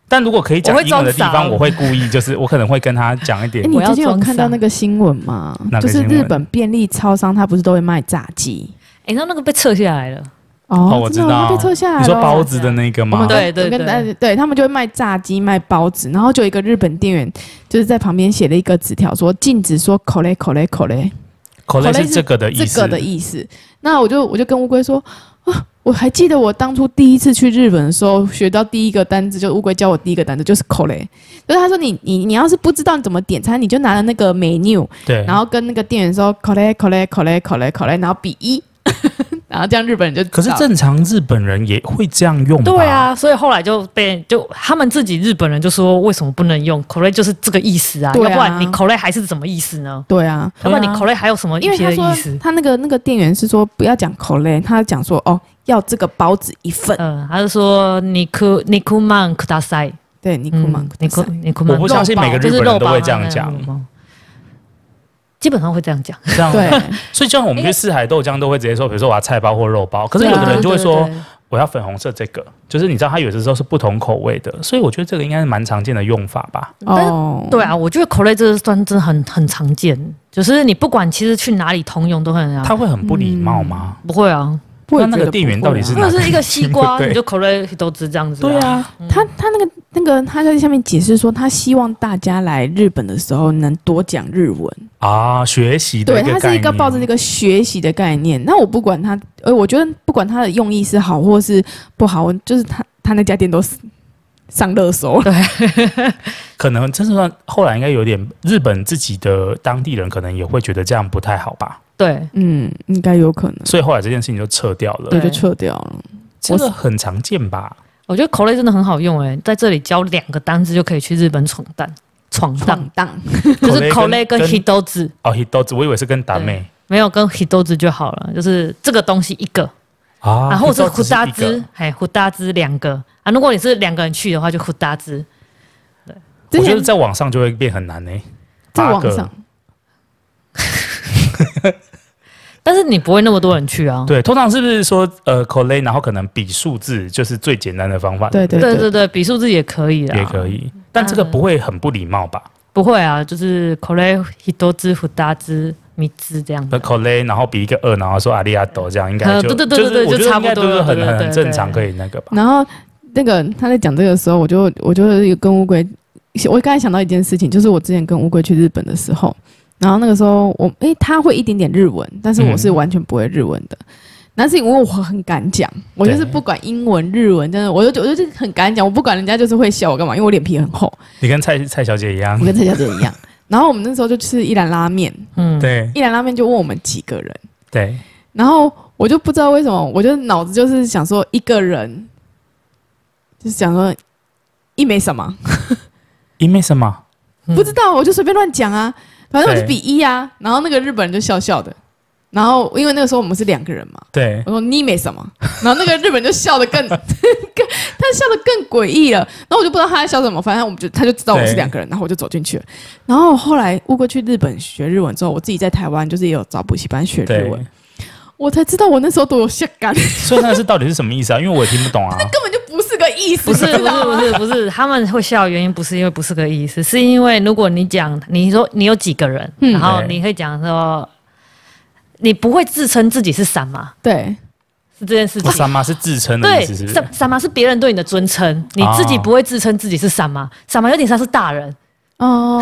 [SPEAKER 3] 但如果可以讲
[SPEAKER 2] 我会
[SPEAKER 3] 英文的地
[SPEAKER 2] 装
[SPEAKER 3] 方，
[SPEAKER 2] 傻
[SPEAKER 3] 我会故意就是我可能会跟他 讲一点
[SPEAKER 1] 哎诶。你
[SPEAKER 2] 我要
[SPEAKER 1] 之前有
[SPEAKER 2] 装
[SPEAKER 1] 看到
[SPEAKER 2] 傻
[SPEAKER 1] 那个新闻吗
[SPEAKER 3] 哪？个
[SPEAKER 1] 就是
[SPEAKER 3] 新闻
[SPEAKER 1] 日本便利超商，它不是都会卖炸鸡？
[SPEAKER 2] 哎、那那个被撤下来了，
[SPEAKER 1] 哦
[SPEAKER 3] 我知
[SPEAKER 1] 真的哦
[SPEAKER 3] 道
[SPEAKER 1] 它被撤下来
[SPEAKER 3] 你说
[SPEAKER 1] 了
[SPEAKER 3] 包子的那个
[SPEAKER 1] 我
[SPEAKER 3] 吗
[SPEAKER 1] 们？跟
[SPEAKER 2] 对对
[SPEAKER 1] 我跟
[SPEAKER 2] 对
[SPEAKER 1] 大对他们就会卖炸鸡、卖包子，然后就有一个日本店员就是在旁边写了一个纸条说禁止说口嘞口嘞口嘞
[SPEAKER 3] 口类
[SPEAKER 1] 口类
[SPEAKER 3] 是
[SPEAKER 1] 是
[SPEAKER 3] 这个的意
[SPEAKER 1] 这
[SPEAKER 3] 思，
[SPEAKER 1] 个的意思。那我就我就跟乌龟说啊，我还记得我当初第一次去日本的时候，学到第一个单词，就乌龟教我第一个单词就是口嘞，就是他说你你你要是不知道你怎么点餐，你就拿了那个 menu，
[SPEAKER 3] 对，
[SPEAKER 1] 然后跟那个店员说口嘞口嘞口嘞口嘞口嘞，然后比一， 然后这样日本人就
[SPEAKER 3] 可是
[SPEAKER 1] 知道
[SPEAKER 3] 正常日本人也会这样用吧？
[SPEAKER 2] 对，啊，所以后来就被就他们自己日本人就说为什么不能用口 o 就是这个意思啊，
[SPEAKER 1] 对啊
[SPEAKER 2] 要不然你口 o 还是什么意思呢？
[SPEAKER 1] 对啊，
[SPEAKER 2] 要不然你口 o 还有什么
[SPEAKER 1] 因为
[SPEAKER 2] 别
[SPEAKER 1] 他
[SPEAKER 2] 的
[SPEAKER 1] 说
[SPEAKER 2] 意思？
[SPEAKER 1] 他那个那个店员是说不要讲口类，他讲说哦要这个包子一份，
[SPEAKER 2] 嗯，他就说你哭你哭曼克大塞，
[SPEAKER 1] 对，你哭吗
[SPEAKER 2] 嗯？，你哭你哭
[SPEAKER 3] 我
[SPEAKER 2] 曼，
[SPEAKER 3] 不相信每个日
[SPEAKER 2] 就是
[SPEAKER 3] 本人
[SPEAKER 2] 肉
[SPEAKER 3] 都
[SPEAKER 2] 包
[SPEAKER 3] 会
[SPEAKER 2] 嘛
[SPEAKER 3] 这样
[SPEAKER 2] 那
[SPEAKER 3] 讲
[SPEAKER 2] 肉，包基本上会这样讲。
[SPEAKER 3] 这样
[SPEAKER 1] 对，
[SPEAKER 3] 所以就像我们去四海豆浆都会直接说，比如说我要菜包或肉包，可是有
[SPEAKER 1] 对啊
[SPEAKER 3] 的人就会
[SPEAKER 2] 对
[SPEAKER 3] 说
[SPEAKER 2] 对对
[SPEAKER 3] 我要粉红色这个，就是你知道他有的时候是不同口味的，所以我觉得这个应该是蛮常见的用法吧。
[SPEAKER 2] 但 是
[SPEAKER 1] 哦，
[SPEAKER 2] 对啊，我觉得口类这个算真的很很常见，就是你不管其实去哪里通用都很啊，
[SPEAKER 1] 嗯
[SPEAKER 3] 他会很不礼貌吗？
[SPEAKER 2] 不会啊，
[SPEAKER 1] 我也
[SPEAKER 3] 那那
[SPEAKER 1] 觉
[SPEAKER 3] 个
[SPEAKER 1] 得
[SPEAKER 3] 店
[SPEAKER 1] 不
[SPEAKER 3] 员
[SPEAKER 1] 会
[SPEAKER 3] 到底
[SPEAKER 1] 啊
[SPEAKER 3] 是哪
[SPEAKER 2] 或者
[SPEAKER 3] 根
[SPEAKER 2] 是一个
[SPEAKER 3] 筋
[SPEAKER 2] 西
[SPEAKER 3] 不
[SPEAKER 2] 瓜，
[SPEAKER 3] 对
[SPEAKER 2] 你就 correct 都知这样子。
[SPEAKER 3] 对，啊，
[SPEAKER 1] 他他那个那个他在下面解释说，他希望大家来日本的时候能多讲日文。
[SPEAKER 3] 啊，学习的
[SPEAKER 1] 对，
[SPEAKER 3] 一个
[SPEAKER 1] 他是一个
[SPEAKER 3] 概
[SPEAKER 1] 抱着这
[SPEAKER 3] 念
[SPEAKER 1] 个学习的概念。那我不管他，呃，我觉得不管他的用意是好或是不好，我就是他他那家店都是上热搜了。
[SPEAKER 3] 可能真是算后来应该有点日本自己的当地人可能也会觉得这样不太好吧，
[SPEAKER 2] 对，
[SPEAKER 1] 嗯，应该有可能，
[SPEAKER 3] 所以后来这件事情就撤掉了。
[SPEAKER 1] 我
[SPEAKER 2] 对
[SPEAKER 1] 就撤掉了。
[SPEAKER 3] 这个很常见吧？
[SPEAKER 2] 我觉得 correct 真的很好用诶、欸在这里教两个单字就可以去日本闯荡，闯荡
[SPEAKER 1] 闯荡，
[SPEAKER 2] 就是
[SPEAKER 3] correct
[SPEAKER 2] correct
[SPEAKER 3] 跟
[SPEAKER 2] 跟 hito 字，
[SPEAKER 3] 哦，he 豆子，我以为是跟达妹
[SPEAKER 2] 没有跟 hito 字就好了，就是这个东西一个，
[SPEAKER 3] 啊，
[SPEAKER 2] 然后是
[SPEAKER 3] hitozi
[SPEAKER 2] 胡大
[SPEAKER 3] 一个
[SPEAKER 2] 兹，哎，胡大兹两个啊。如果你是两个人去的话，就胡大兹。
[SPEAKER 1] 之
[SPEAKER 3] 我觉
[SPEAKER 1] 前
[SPEAKER 3] 得在网上就会变很难呢、
[SPEAKER 1] 在
[SPEAKER 3] 八
[SPEAKER 1] 网
[SPEAKER 3] 个
[SPEAKER 1] 上，
[SPEAKER 2] 但是你不会那么多人去啊。
[SPEAKER 3] 对，通常是不是说呃 c o l l e 然后可能比数字就是最简单的方法，
[SPEAKER 1] 对
[SPEAKER 3] 对
[SPEAKER 1] 对
[SPEAKER 3] 不
[SPEAKER 2] 对对对，比数字也可以啦，
[SPEAKER 3] 也可，以，但这个
[SPEAKER 2] 嗯
[SPEAKER 3] 不会很不礼貌吧？
[SPEAKER 2] 不会啊，就是口雷一多兹、胡大兹、米兹这样
[SPEAKER 3] 那
[SPEAKER 2] 的。
[SPEAKER 3] c o l l e 然后比一个二，然后说阿啊利亚斗这样，应该
[SPEAKER 2] 呃
[SPEAKER 3] 就
[SPEAKER 2] 对对对
[SPEAKER 3] 就是
[SPEAKER 2] 对
[SPEAKER 3] 我
[SPEAKER 2] 就
[SPEAKER 3] 觉得
[SPEAKER 2] 差
[SPEAKER 3] 应该
[SPEAKER 2] 不
[SPEAKER 3] 都
[SPEAKER 2] 多
[SPEAKER 3] 是
[SPEAKER 2] 了对
[SPEAKER 3] 很
[SPEAKER 2] 对
[SPEAKER 3] 很
[SPEAKER 2] 对
[SPEAKER 3] 正
[SPEAKER 2] 对
[SPEAKER 3] 常可以那个吧？
[SPEAKER 1] 然后那个他在讲这个时候，我就我就跟乌龟，我刚才想到一件事情，就是我之前跟乌龟去日本的时候，然后那个时候我诶、他会一点点日文，但是我是完全不会日文的。那是因为我很敢讲，我就是
[SPEAKER 3] 对
[SPEAKER 1] 不管英文、日文，真的，我就我就是很敢讲，我不管人家就是会笑我干嘛，因为我脸皮很厚，
[SPEAKER 3] 你跟蔡蔡小姐一样
[SPEAKER 1] 我，跟蔡小姐一样。然后我们那时候就吃一兰拉面，
[SPEAKER 2] 嗯，
[SPEAKER 3] 对
[SPEAKER 1] 一兰拉面就问我们几个人，
[SPEAKER 3] 对，
[SPEAKER 1] 然后我就不知道为什么，我就脑子就是想说一个人，就是想说一没什么，
[SPEAKER 3] 因为什么？
[SPEAKER 2] 嗯
[SPEAKER 1] 不知道我就随便乱讲啊，反正我就
[SPEAKER 3] 对
[SPEAKER 1] 比一啊。然后那个日本人就笑笑的，然后因为那个时候我们是两个人嘛，
[SPEAKER 3] 对，
[SPEAKER 1] 我说你没什么，然后那个日本人就笑的更 更，他笑的更诡异了。然后我就不知道他在笑什么，反正我们就他就知道我是两个人，然后我就走进去了。然后后来乌龟去日本学日文之后，我自己在台湾就是也有找补习班学日
[SPEAKER 3] 对，
[SPEAKER 1] 文，我才知道我那时候多有下感。
[SPEAKER 3] 所以那是到底是什么意思啊？因为我也听 不懂啊。
[SPEAKER 1] 根本就不是个意思，
[SPEAKER 2] 不是
[SPEAKER 1] 知
[SPEAKER 2] 不啊是
[SPEAKER 1] 道
[SPEAKER 2] 不
[SPEAKER 1] 吗？
[SPEAKER 2] 是不是，他们会笑的原因不是因为不是个意思，是因为如果你讲你说你有几个人，
[SPEAKER 1] 嗯
[SPEAKER 2] 然后
[SPEAKER 3] 对
[SPEAKER 2] 你会讲说，你不会自称自己是什么，
[SPEAKER 1] 对，
[SPEAKER 2] 是这件事情
[SPEAKER 3] 我。三妈是自称的
[SPEAKER 2] 对
[SPEAKER 3] 哦意思，是不
[SPEAKER 2] 什
[SPEAKER 3] 是？
[SPEAKER 2] 什么是别人对你的尊称，你自己不会自称自己是什么，什么有点像是大人，
[SPEAKER 1] 哦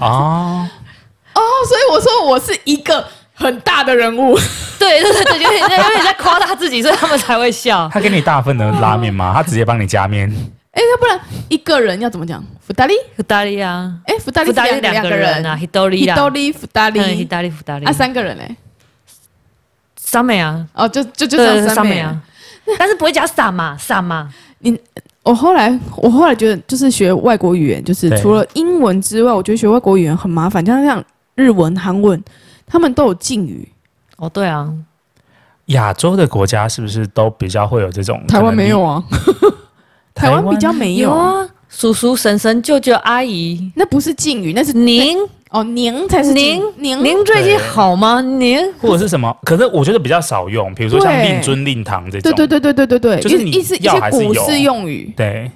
[SPEAKER 1] 哦，
[SPEAKER 3] 啊，
[SPEAKER 1] 所以我说我是一个很大的人物，
[SPEAKER 2] 对对对对，有点有点在夸大自己，所以他们才会笑。
[SPEAKER 3] 他给你大份的拉 面吗？他直接帮你加面，
[SPEAKER 1] 哎，要不然一个人要怎么讲？福达利，
[SPEAKER 2] 意大利啊，
[SPEAKER 1] 哎，福达利
[SPEAKER 2] 意大利
[SPEAKER 1] 是
[SPEAKER 2] 两
[SPEAKER 1] 个
[SPEAKER 2] 个人啊，，意大利
[SPEAKER 1] 意
[SPEAKER 2] 啊，
[SPEAKER 1] 大利福达
[SPEAKER 2] 嗯，意
[SPEAKER 1] 利，
[SPEAKER 2] 大利，意大利
[SPEAKER 1] 啊，，三个人嘞，
[SPEAKER 2] 三美啊，
[SPEAKER 1] 哦，就就就
[SPEAKER 2] 对，
[SPEAKER 1] 这
[SPEAKER 2] 三
[SPEAKER 1] 三
[SPEAKER 2] 美
[SPEAKER 1] 妹。
[SPEAKER 2] 啊，但是不会讲傻嘛，傻嘛，
[SPEAKER 1] 我后来，我后来觉得，就是学外国语言，就是
[SPEAKER 3] 对
[SPEAKER 1] 除了英文之外，我觉得学外国语言很麻烦，像像日文、韩文，他们都有敬语，
[SPEAKER 2] 哦，对啊，
[SPEAKER 3] 亚洲的国家是不是都比较会有这种？
[SPEAKER 1] 台湾没有， 啊，台湾比较没有啊，
[SPEAKER 2] 啊，叔叔、婶婶、舅舅、阿姨，
[SPEAKER 1] 那不是敬语，那是
[SPEAKER 2] 您
[SPEAKER 1] 哦，您才是敬语您
[SPEAKER 2] 您最近好吗？您
[SPEAKER 3] 或者是什么？可是我觉得比较少用，比如说像
[SPEAKER 1] 对
[SPEAKER 3] 令尊、令堂这种。
[SPEAKER 1] 对对对对对对对，
[SPEAKER 3] 就是
[SPEAKER 1] 一
[SPEAKER 3] 你
[SPEAKER 1] 一是一
[SPEAKER 3] 要还
[SPEAKER 1] 些
[SPEAKER 3] 是啊
[SPEAKER 1] 古
[SPEAKER 3] 有
[SPEAKER 1] 式用语。
[SPEAKER 3] 对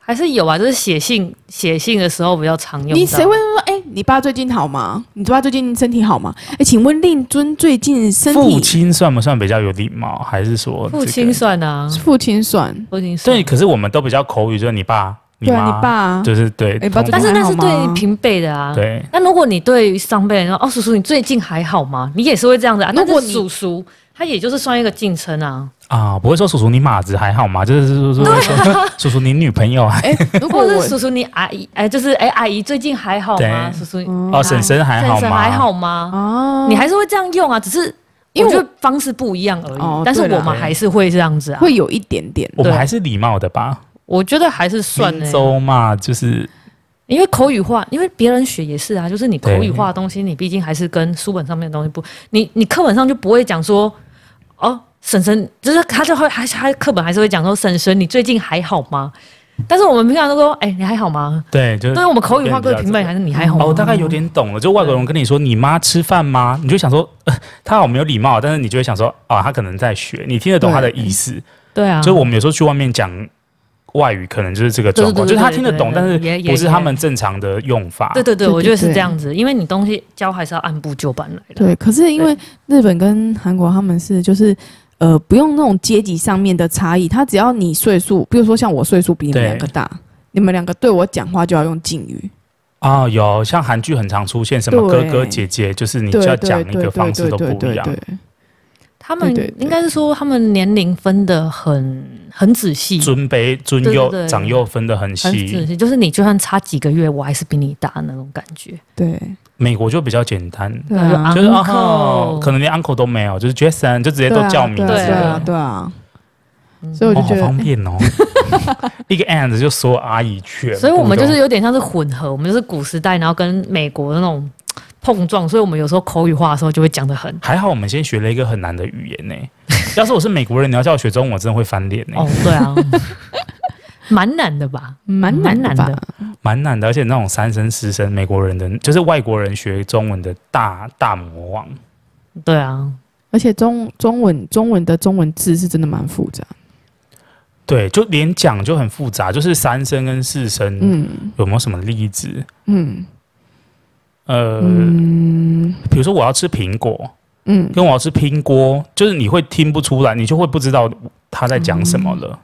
[SPEAKER 2] 还是有啊，就是写信写信的时候比较常用到。
[SPEAKER 1] 你谁会说？哎、你爸最近好吗？你爸最近身体好吗？哎、请问令尊最近身
[SPEAKER 3] 父
[SPEAKER 1] 体？
[SPEAKER 3] 亲算不算比较有礼貌？还是说
[SPEAKER 2] 父
[SPEAKER 3] 这
[SPEAKER 2] 亲
[SPEAKER 3] 个？
[SPEAKER 2] 算啊？
[SPEAKER 1] 父亲算，
[SPEAKER 2] 父亲算
[SPEAKER 3] 对，。可是我们都比较口语，就是你爸、
[SPEAKER 1] 对啊，
[SPEAKER 3] 妈，
[SPEAKER 1] 你爸、啊，
[SPEAKER 3] 就是对，
[SPEAKER 1] 哎爸
[SPEAKER 3] 通
[SPEAKER 2] 但是那是
[SPEAKER 1] 还好
[SPEAKER 2] 对
[SPEAKER 1] 吗
[SPEAKER 2] 平辈的啊。。
[SPEAKER 3] 对
[SPEAKER 2] 那如果你对上辈人说哦，叔叔，你最近还好吗？你也是会这样子啊。
[SPEAKER 1] 如
[SPEAKER 2] 但
[SPEAKER 1] 果
[SPEAKER 2] 是
[SPEAKER 1] 你
[SPEAKER 2] 叔叔他也就是算一个敬称啊，
[SPEAKER 3] 啊，不会说叔叔你马子还好吗？就是说说说 叔叔你女朋友啊，
[SPEAKER 1] 哎、如果
[SPEAKER 2] 或者
[SPEAKER 1] 我
[SPEAKER 2] 是叔叔你阿姨，哎，就是哎阿姨最近还好吗？
[SPEAKER 3] 对
[SPEAKER 2] 叔叔
[SPEAKER 1] 嗯
[SPEAKER 3] 哦婶婶还好
[SPEAKER 2] 婶婶
[SPEAKER 3] 吗？
[SPEAKER 2] 还好吗？
[SPEAKER 1] 啊，
[SPEAKER 2] 你还是会这样用啊，只是
[SPEAKER 1] 因
[SPEAKER 2] 因
[SPEAKER 1] 为
[SPEAKER 2] 为
[SPEAKER 1] 我
[SPEAKER 2] 方式不一样而已。
[SPEAKER 1] 哦
[SPEAKER 2] 但是
[SPEAKER 1] 对啦
[SPEAKER 2] 我们还是会这样子啊。
[SPEAKER 1] 会有一点点
[SPEAKER 3] 我们
[SPEAKER 2] 对
[SPEAKER 3] 还是礼貌的吧？
[SPEAKER 2] 我觉得还是算欸
[SPEAKER 3] 明
[SPEAKER 2] 呢、
[SPEAKER 3] 州嘛，就是
[SPEAKER 2] 因为口语化，因为别人学也是啊，就是你口
[SPEAKER 3] 对
[SPEAKER 2] 语化的东西，你毕竟还是跟书本上面的东西不，你你课本上就不会讲说，哦，婶婶，就是他就会还是他课本还是会讲说，婶婶你最近还好吗？但是我们平常都说，哎、你还好吗？
[SPEAKER 3] 对，就是
[SPEAKER 2] 对，我啊们口语化
[SPEAKER 3] 对
[SPEAKER 2] 各
[SPEAKER 3] 比较
[SPEAKER 2] 平辈
[SPEAKER 3] 这个
[SPEAKER 2] 还是你还好吗？
[SPEAKER 3] 哦，我大概有点懂了。就外国人跟你说“你妈吃饭吗”，你就想说、呃、他好没有礼貌，但是你就会想说啊，他可能在学，你听得懂他的意思。
[SPEAKER 2] 对啊，
[SPEAKER 3] 所以我们有时候去外面讲外语，可能就是这个状
[SPEAKER 2] 对对
[SPEAKER 3] 况，
[SPEAKER 2] 对
[SPEAKER 3] 就是他听得懂，
[SPEAKER 2] 对
[SPEAKER 3] 但
[SPEAKER 2] 对对
[SPEAKER 3] 是
[SPEAKER 2] 也
[SPEAKER 3] 不是
[SPEAKER 2] 也
[SPEAKER 3] 他们正常的用法。
[SPEAKER 2] 对对对，
[SPEAKER 1] 对
[SPEAKER 2] 我觉得是
[SPEAKER 1] 对
[SPEAKER 2] 这样子，因为你东西教还是要按部就班来的。
[SPEAKER 1] 对。可是因为日本跟韩国他们是就是呃，不用那种阶级上面的差异，他只要你岁数，比如说像我岁数比你们
[SPEAKER 3] 对
[SPEAKER 1] 两个大，你们两个对我讲话就要用敬语，
[SPEAKER 3] 啊、有像韩剧很常出现什么哥哥
[SPEAKER 1] 对
[SPEAKER 3] 姐姐，就是你
[SPEAKER 1] 对
[SPEAKER 3] 要
[SPEAKER 1] 对
[SPEAKER 3] 讲
[SPEAKER 1] 对
[SPEAKER 3] 那个
[SPEAKER 1] 对
[SPEAKER 3] 方式
[SPEAKER 1] 对
[SPEAKER 3] 都
[SPEAKER 1] 对
[SPEAKER 3] 不一
[SPEAKER 1] 对
[SPEAKER 3] 样。
[SPEAKER 1] 对，
[SPEAKER 2] 他们
[SPEAKER 1] 对对对
[SPEAKER 2] 应该是说他们年龄分的很很仔细，
[SPEAKER 3] 尊卑、尊
[SPEAKER 2] 对对
[SPEAKER 3] 幼、
[SPEAKER 2] 对
[SPEAKER 3] 长幼分得很
[SPEAKER 2] 很仔
[SPEAKER 3] 细。
[SPEAKER 2] 细，就是你就算差几个月，我还是比你大那种感觉。
[SPEAKER 1] 对
[SPEAKER 3] 美国就比较简单，
[SPEAKER 1] 对
[SPEAKER 2] 那就
[SPEAKER 1] 啊，
[SPEAKER 2] uncle
[SPEAKER 3] 就是哦，可能连 uncle 都没有，就是 Jason 就直接
[SPEAKER 1] 对
[SPEAKER 3] 都
[SPEAKER 1] 啊
[SPEAKER 3] 叫名字
[SPEAKER 1] 对啊对
[SPEAKER 3] 了
[SPEAKER 1] 啊，对啊，
[SPEAKER 2] 嗯
[SPEAKER 1] 所以我就
[SPEAKER 3] 哦，好
[SPEAKER 1] 觉得
[SPEAKER 3] 方便哦， 一个 and 就所有阿姨全部都，
[SPEAKER 2] 所以我们就是有点像是混合，我们就是古时代，然后跟美国的那种碰撞，所以我们有时候口语化的时候就会讲得 很。
[SPEAKER 3] 还好，我们先学了一个很难的语言呢、 要是我是美国人，你要叫我学中文，我真的会翻脸呢、
[SPEAKER 2] 哦，对啊， 蛮难的吧？
[SPEAKER 1] 蛮
[SPEAKER 2] 蛮
[SPEAKER 1] 难
[SPEAKER 2] 难
[SPEAKER 1] 吧
[SPEAKER 2] 的
[SPEAKER 3] 蛮难的。而且那种三声四声，美国人的就是外国人学中文的大大魔王。
[SPEAKER 2] 对啊，
[SPEAKER 1] 而且中中文中文的中文字是真的蛮复杂，
[SPEAKER 3] 对，就连讲就很复杂，就是三声跟四声、
[SPEAKER 1] 嗯
[SPEAKER 3] 有没有什么例子？
[SPEAKER 1] 嗯
[SPEAKER 3] 呃，
[SPEAKER 1] 嗯
[SPEAKER 3] 比如说我要吃苹果，
[SPEAKER 1] 嗯，
[SPEAKER 3] 跟我要吃拼锅，就是你会听不出来，你就会不知道他在讲什么
[SPEAKER 1] 嗯
[SPEAKER 3] 了。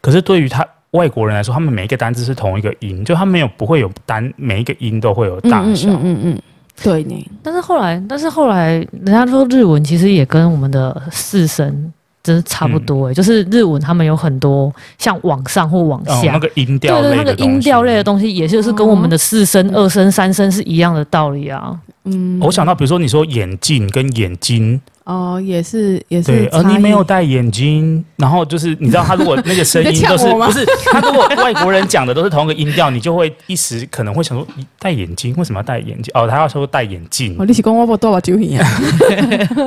[SPEAKER 3] 可是对于他外国人来说，他们每一个单字是同一个音，就他没有不会有单每一个音都会有大
[SPEAKER 1] 嗯
[SPEAKER 3] 小。
[SPEAKER 1] 嗯嗯嗯，对呢，
[SPEAKER 2] 但是后来，但是后来，人家说日文其实也跟我们的四声真是差不
[SPEAKER 3] 嗯
[SPEAKER 2] 多、欸，就是日文他们有很多像往上或
[SPEAKER 1] 嗯
[SPEAKER 2] 往
[SPEAKER 3] 哦，
[SPEAKER 2] 下。
[SPEAKER 3] 那个音调
[SPEAKER 2] 对对，
[SPEAKER 3] 类
[SPEAKER 2] 那
[SPEAKER 3] 的
[SPEAKER 2] 个
[SPEAKER 3] 东西嗯
[SPEAKER 2] 音调类的东西，也就是跟我们的四声、二声、三声是一样的道理啊。
[SPEAKER 1] 嗯，
[SPEAKER 3] 我想到，比如说你说眼镜跟眼睛，
[SPEAKER 1] 哦，也是也
[SPEAKER 3] 对，
[SPEAKER 1] 是
[SPEAKER 3] 呃，
[SPEAKER 1] 差
[SPEAKER 3] 你没有
[SPEAKER 1] 异
[SPEAKER 3] 戴眼睛，然后就是你知道他如果 那个声
[SPEAKER 1] 你
[SPEAKER 3] 音
[SPEAKER 1] 在
[SPEAKER 3] 都
[SPEAKER 1] 呛
[SPEAKER 3] 是
[SPEAKER 1] 我吗
[SPEAKER 3] 不是他如果外国人讲的都是同一个音调，你就会一时可能会想说你戴眼睛为什么要戴眼镜？哦，他要说戴眼镜
[SPEAKER 1] 哦，，你是讲我不多吧？酒一啊？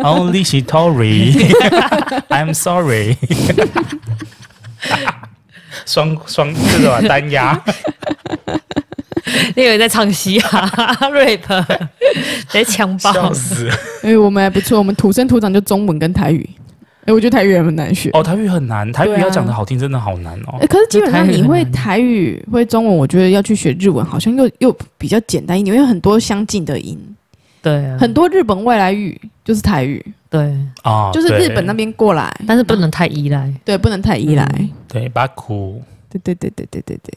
[SPEAKER 3] Only she Tori. I'm sorry. 双双这种 啊单压，
[SPEAKER 2] 你以为在唱嘻哈 rap，在枪爆
[SPEAKER 3] 笑？死！
[SPEAKER 1] 哎，我们还不错，我们土生土长就中文跟台语。哎，我觉得台语也很难学。
[SPEAKER 3] 哦，台语很难，台语
[SPEAKER 1] 对啊
[SPEAKER 3] 要讲的好听真的好难哦
[SPEAKER 1] 哎，。可是基本上
[SPEAKER 2] 就台语
[SPEAKER 1] 你
[SPEAKER 2] 很
[SPEAKER 1] 会
[SPEAKER 2] 难
[SPEAKER 1] 台语会中文，我觉得要去学日文好像又又比较简单一点，因为很多相近的音，
[SPEAKER 2] 对啊，
[SPEAKER 1] 很多日本外来语就是台语，
[SPEAKER 2] 对，
[SPEAKER 3] 啊，
[SPEAKER 1] 就是
[SPEAKER 3] 对
[SPEAKER 1] 日本那边过来，
[SPEAKER 2] 但是不能太依赖。
[SPEAKER 1] 对，不能太依赖。
[SPEAKER 3] 对巴库，
[SPEAKER 1] 对对对对对对对，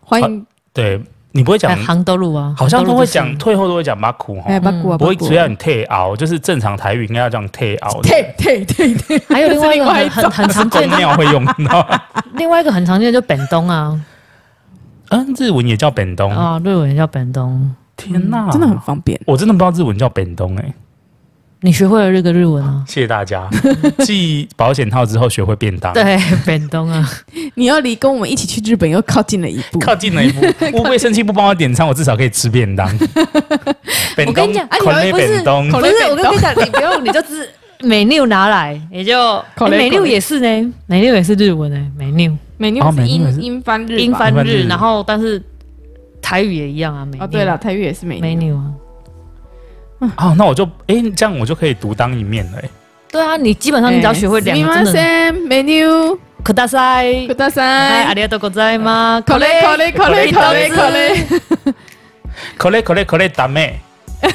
[SPEAKER 1] 欢迎
[SPEAKER 3] 对你不会
[SPEAKER 2] 哎
[SPEAKER 3] 讲，
[SPEAKER 2] 杭州路啊，
[SPEAKER 3] 好像都会
[SPEAKER 2] 杭
[SPEAKER 3] 讲
[SPEAKER 2] 州路
[SPEAKER 3] 退后都会讲巴库哈
[SPEAKER 1] 哎，，
[SPEAKER 2] 嗯
[SPEAKER 1] 八股啊，
[SPEAKER 3] 不会只
[SPEAKER 1] 只
[SPEAKER 3] 要
[SPEAKER 1] 要
[SPEAKER 3] 你退熬，就是正常台语应该要这样退熬。
[SPEAKER 1] 哦对对对对，
[SPEAKER 2] 就是，还有另
[SPEAKER 1] 这是
[SPEAKER 2] 外一个
[SPEAKER 1] 另外 一
[SPEAKER 2] 很很很常见
[SPEAKER 3] 公
[SPEAKER 2] 的，
[SPEAKER 3] 庙会用 到，
[SPEAKER 2] 另外一个很常见的就本东啊，
[SPEAKER 3] 嗯，日文也叫本东，
[SPEAKER 2] 啊，日文也叫本东。
[SPEAKER 3] 天哪，
[SPEAKER 1] 哦真的很，方便。
[SPEAKER 3] 我真的不知道日文叫本东哎。
[SPEAKER 2] 你学会了这个日文 啊？
[SPEAKER 3] 谢谢大家。继保险套之后，学会便当，，
[SPEAKER 2] 对， 本东啊，
[SPEAKER 1] 你要离跟我们一起去日本又靠近了一步。
[SPEAKER 3] 靠近 了一步。乌龟生气不帮我点餐，我至少可以吃便当。 便
[SPEAKER 1] 我跟
[SPEAKER 3] 当
[SPEAKER 1] 你讲，，哎，
[SPEAKER 3] 口
[SPEAKER 1] 你
[SPEAKER 3] 内
[SPEAKER 1] 不是
[SPEAKER 3] 便当，
[SPEAKER 1] 口
[SPEAKER 2] 不
[SPEAKER 1] 雷
[SPEAKER 2] 是
[SPEAKER 1] 本，
[SPEAKER 2] 我跟你讲，你不用，你就只 美妞拿来，也就哎
[SPEAKER 1] 口雷
[SPEAKER 2] 美
[SPEAKER 1] 口
[SPEAKER 2] 妞
[SPEAKER 1] 雷
[SPEAKER 2] 也是呢，美妞也是日文呢，美妞
[SPEAKER 1] 美妞
[SPEAKER 3] 哦美
[SPEAKER 1] 是
[SPEAKER 3] 妞也是
[SPEAKER 1] 英英翻日吧，
[SPEAKER 2] 英翻
[SPEAKER 3] 英翻
[SPEAKER 2] 日
[SPEAKER 3] 日，
[SPEAKER 2] 然后但是台语也一样啊，美妞
[SPEAKER 1] 哦，对了，，台语也是美
[SPEAKER 2] 美
[SPEAKER 1] 妞。哎
[SPEAKER 2] 妞啊，
[SPEAKER 3] 哦，那我就哎，这样我就可以独当一面了。哎
[SPEAKER 2] 对啊，你基本上你只要学会两个，真的，
[SPEAKER 1] 的美妞，
[SPEAKER 2] 可大赛，
[SPEAKER 1] くだ
[SPEAKER 2] 哎，阿
[SPEAKER 1] さい。
[SPEAKER 2] 里阿多国在吗？
[SPEAKER 1] 口雷口雷口雷口雷口雷，
[SPEAKER 3] 口嘞口嘞口嘞，打妹。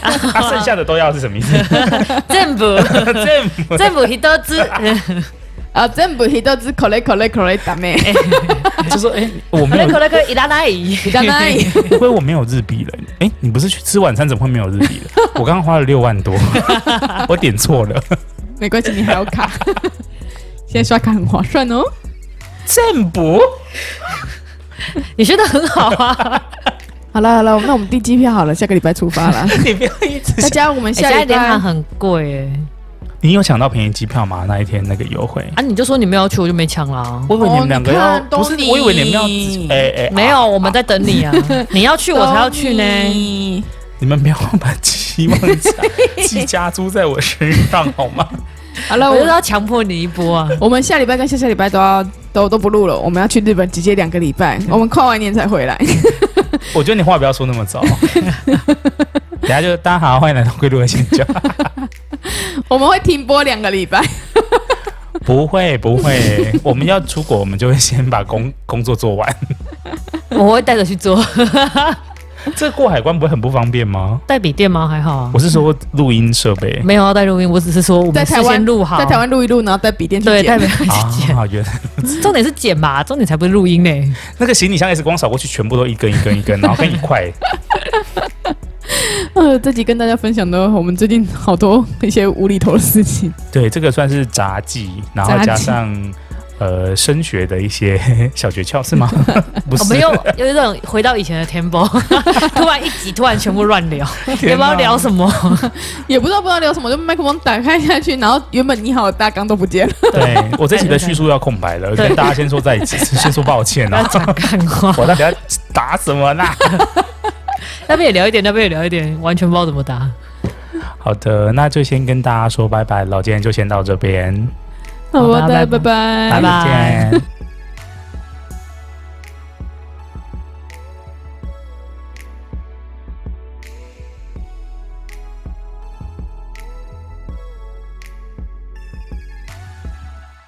[SPEAKER 3] 啊，剩下的都要是什么意思？
[SPEAKER 2] 全 部
[SPEAKER 3] 这不
[SPEAKER 2] 全部一多只，
[SPEAKER 1] 啊，全部一つ口雷口雷口雷ダメ。
[SPEAKER 3] 就说哎，我
[SPEAKER 2] 可
[SPEAKER 3] 没
[SPEAKER 2] 能
[SPEAKER 3] 有
[SPEAKER 2] 可能可伊拉奈，
[SPEAKER 1] じゃない。
[SPEAKER 3] 乌龟，我没有日币了。哎，你不是去吃晚餐，怎么会没有日 币了？我刚刚花了六万多，我点错了。
[SPEAKER 1] 没关系，你还有 卡。现在刷卡很划算哦。
[SPEAKER 3] 占卜
[SPEAKER 2] 你学的很好啊。
[SPEAKER 1] 好了好了，那我 们订机票好了，下个礼拜出发了。
[SPEAKER 3] 你不要一直
[SPEAKER 1] 大家，我们
[SPEAKER 2] 现
[SPEAKER 1] 哎下
[SPEAKER 2] 在
[SPEAKER 1] 礼
[SPEAKER 2] 联
[SPEAKER 1] 拜
[SPEAKER 2] 航很贵哎，
[SPEAKER 3] 你有抢到便宜机票吗？那一天那个优惠？
[SPEAKER 2] 啊，你就说你没有去，我就没抢啊啦。
[SPEAKER 3] 我以为你们两个
[SPEAKER 1] 哦
[SPEAKER 3] 要
[SPEAKER 1] 你看，
[SPEAKER 3] 不是
[SPEAKER 1] 都你
[SPEAKER 3] 我以为你们要自，哎哎，
[SPEAKER 2] 没
[SPEAKER 3] 啊
[SPEAKER 2] 有，我们在等你啊。 你要去，我才要去呢。
[SPEAKER 1] 呢。
[SPEAKER 3] 你们不要把期望加寄加租在我身上好吗？
[SPEAKER 1] 好了，
[SPEAKER 2] 我就是
[SPEAKER 1] 我
[SPEAKER 2] 要强迫你一波啊！
[SPEAKER 1] 我们下礼拜跟下下礼拜都要都都不录了，我们要去日本直接两个礼拜，我们跨完年才回来。
[SPEAKER 3] 我觉得你话不要说那 么早。等下就大家好，欢迎来到归路的仙教。
[SPEAKER 1] 我们会停播两个礼拜。
[SPEAKER 3] 不会不会， 我们要出 国，我们就会先把工工作做完。
[SPEAKER 2] 我会带着去做。
[SPEAKER 3] 这过海关不会很不方便吗？
[SPEAKER 2] 带笔电吗？还好啊
[SPEAKER 3] 我，是说录音设备。
[SPEAKER 2] 没有要带录音，我只是说我
[SPEAKER 1] 在台
[SPEAKER 2] 们事先
[SPEAKER 1] 湾
[SPEAKER 2] 录好，
[SPEAKER 1] 在台湾录一录，然后带笔电去
[SPEAKER 2] 对，带
[SPEAKER 1] 剪
[SPEAKER 2] 笔电去剪。
[SPEAKER 3] 啊，原来
[SPEAKER 2] 重点是剪吧，重点才不是录音呢。
[SPEAKER 3] 那个行李箱 S 光扫过去，全部都一根一根一根，然后跟一 块。
[SPEAKER 1] 呃，这集跟大家分享的，我们最近好多一些无厘头的事情。
[SPEAKER 3] 对，这个算是杂技，然后
[SPEAKER 1] 杂技
[SPEAKER 3] 加上呃升学的一些 小诀窍是吗？哦不是，
[SPEAKER 2] 我们又有一种回到以前的 tempo，突 然一集突然全部乱聊，也
[SPEAKER 3] 天
[SPEAKER 2] 不知道
[SPEAKER 3] 哪
[SPEAKER 2] 聊什么。
[SPEAKER 1] 也不知道不知道聊什么，就麦克风打开下去，然后原本你好的大纲都不见了。
[SPEAKER 3] 对我这集的叙述要空白了，
[SPEAKER 2] 对
[SPEAKER 3] 跟大家先说再见， 先说抱歉
[SPEAKER 2] 不要
[SPEAKER 3] 啊。
[SPEAKER 2] 讲干话，
[SPEAKER 3] 我到底要打什么啦？
[SPEAKER 2] 那边也聊一点，那边也聊一点，完全不知道怎么答。
[SPEAKER 3] 好的，那就先跟大家说拜拜了，今天就先到这边，
[SPEAKER 1] 好
[SPEAKER 2] 好吧
[SPEAKER 1] 吧，
[SPEAKER 2] 拜拜
[SPEAKER 1] 拜拜
[SPEAKER 2] 拜
[SPEAKER 3] 再见。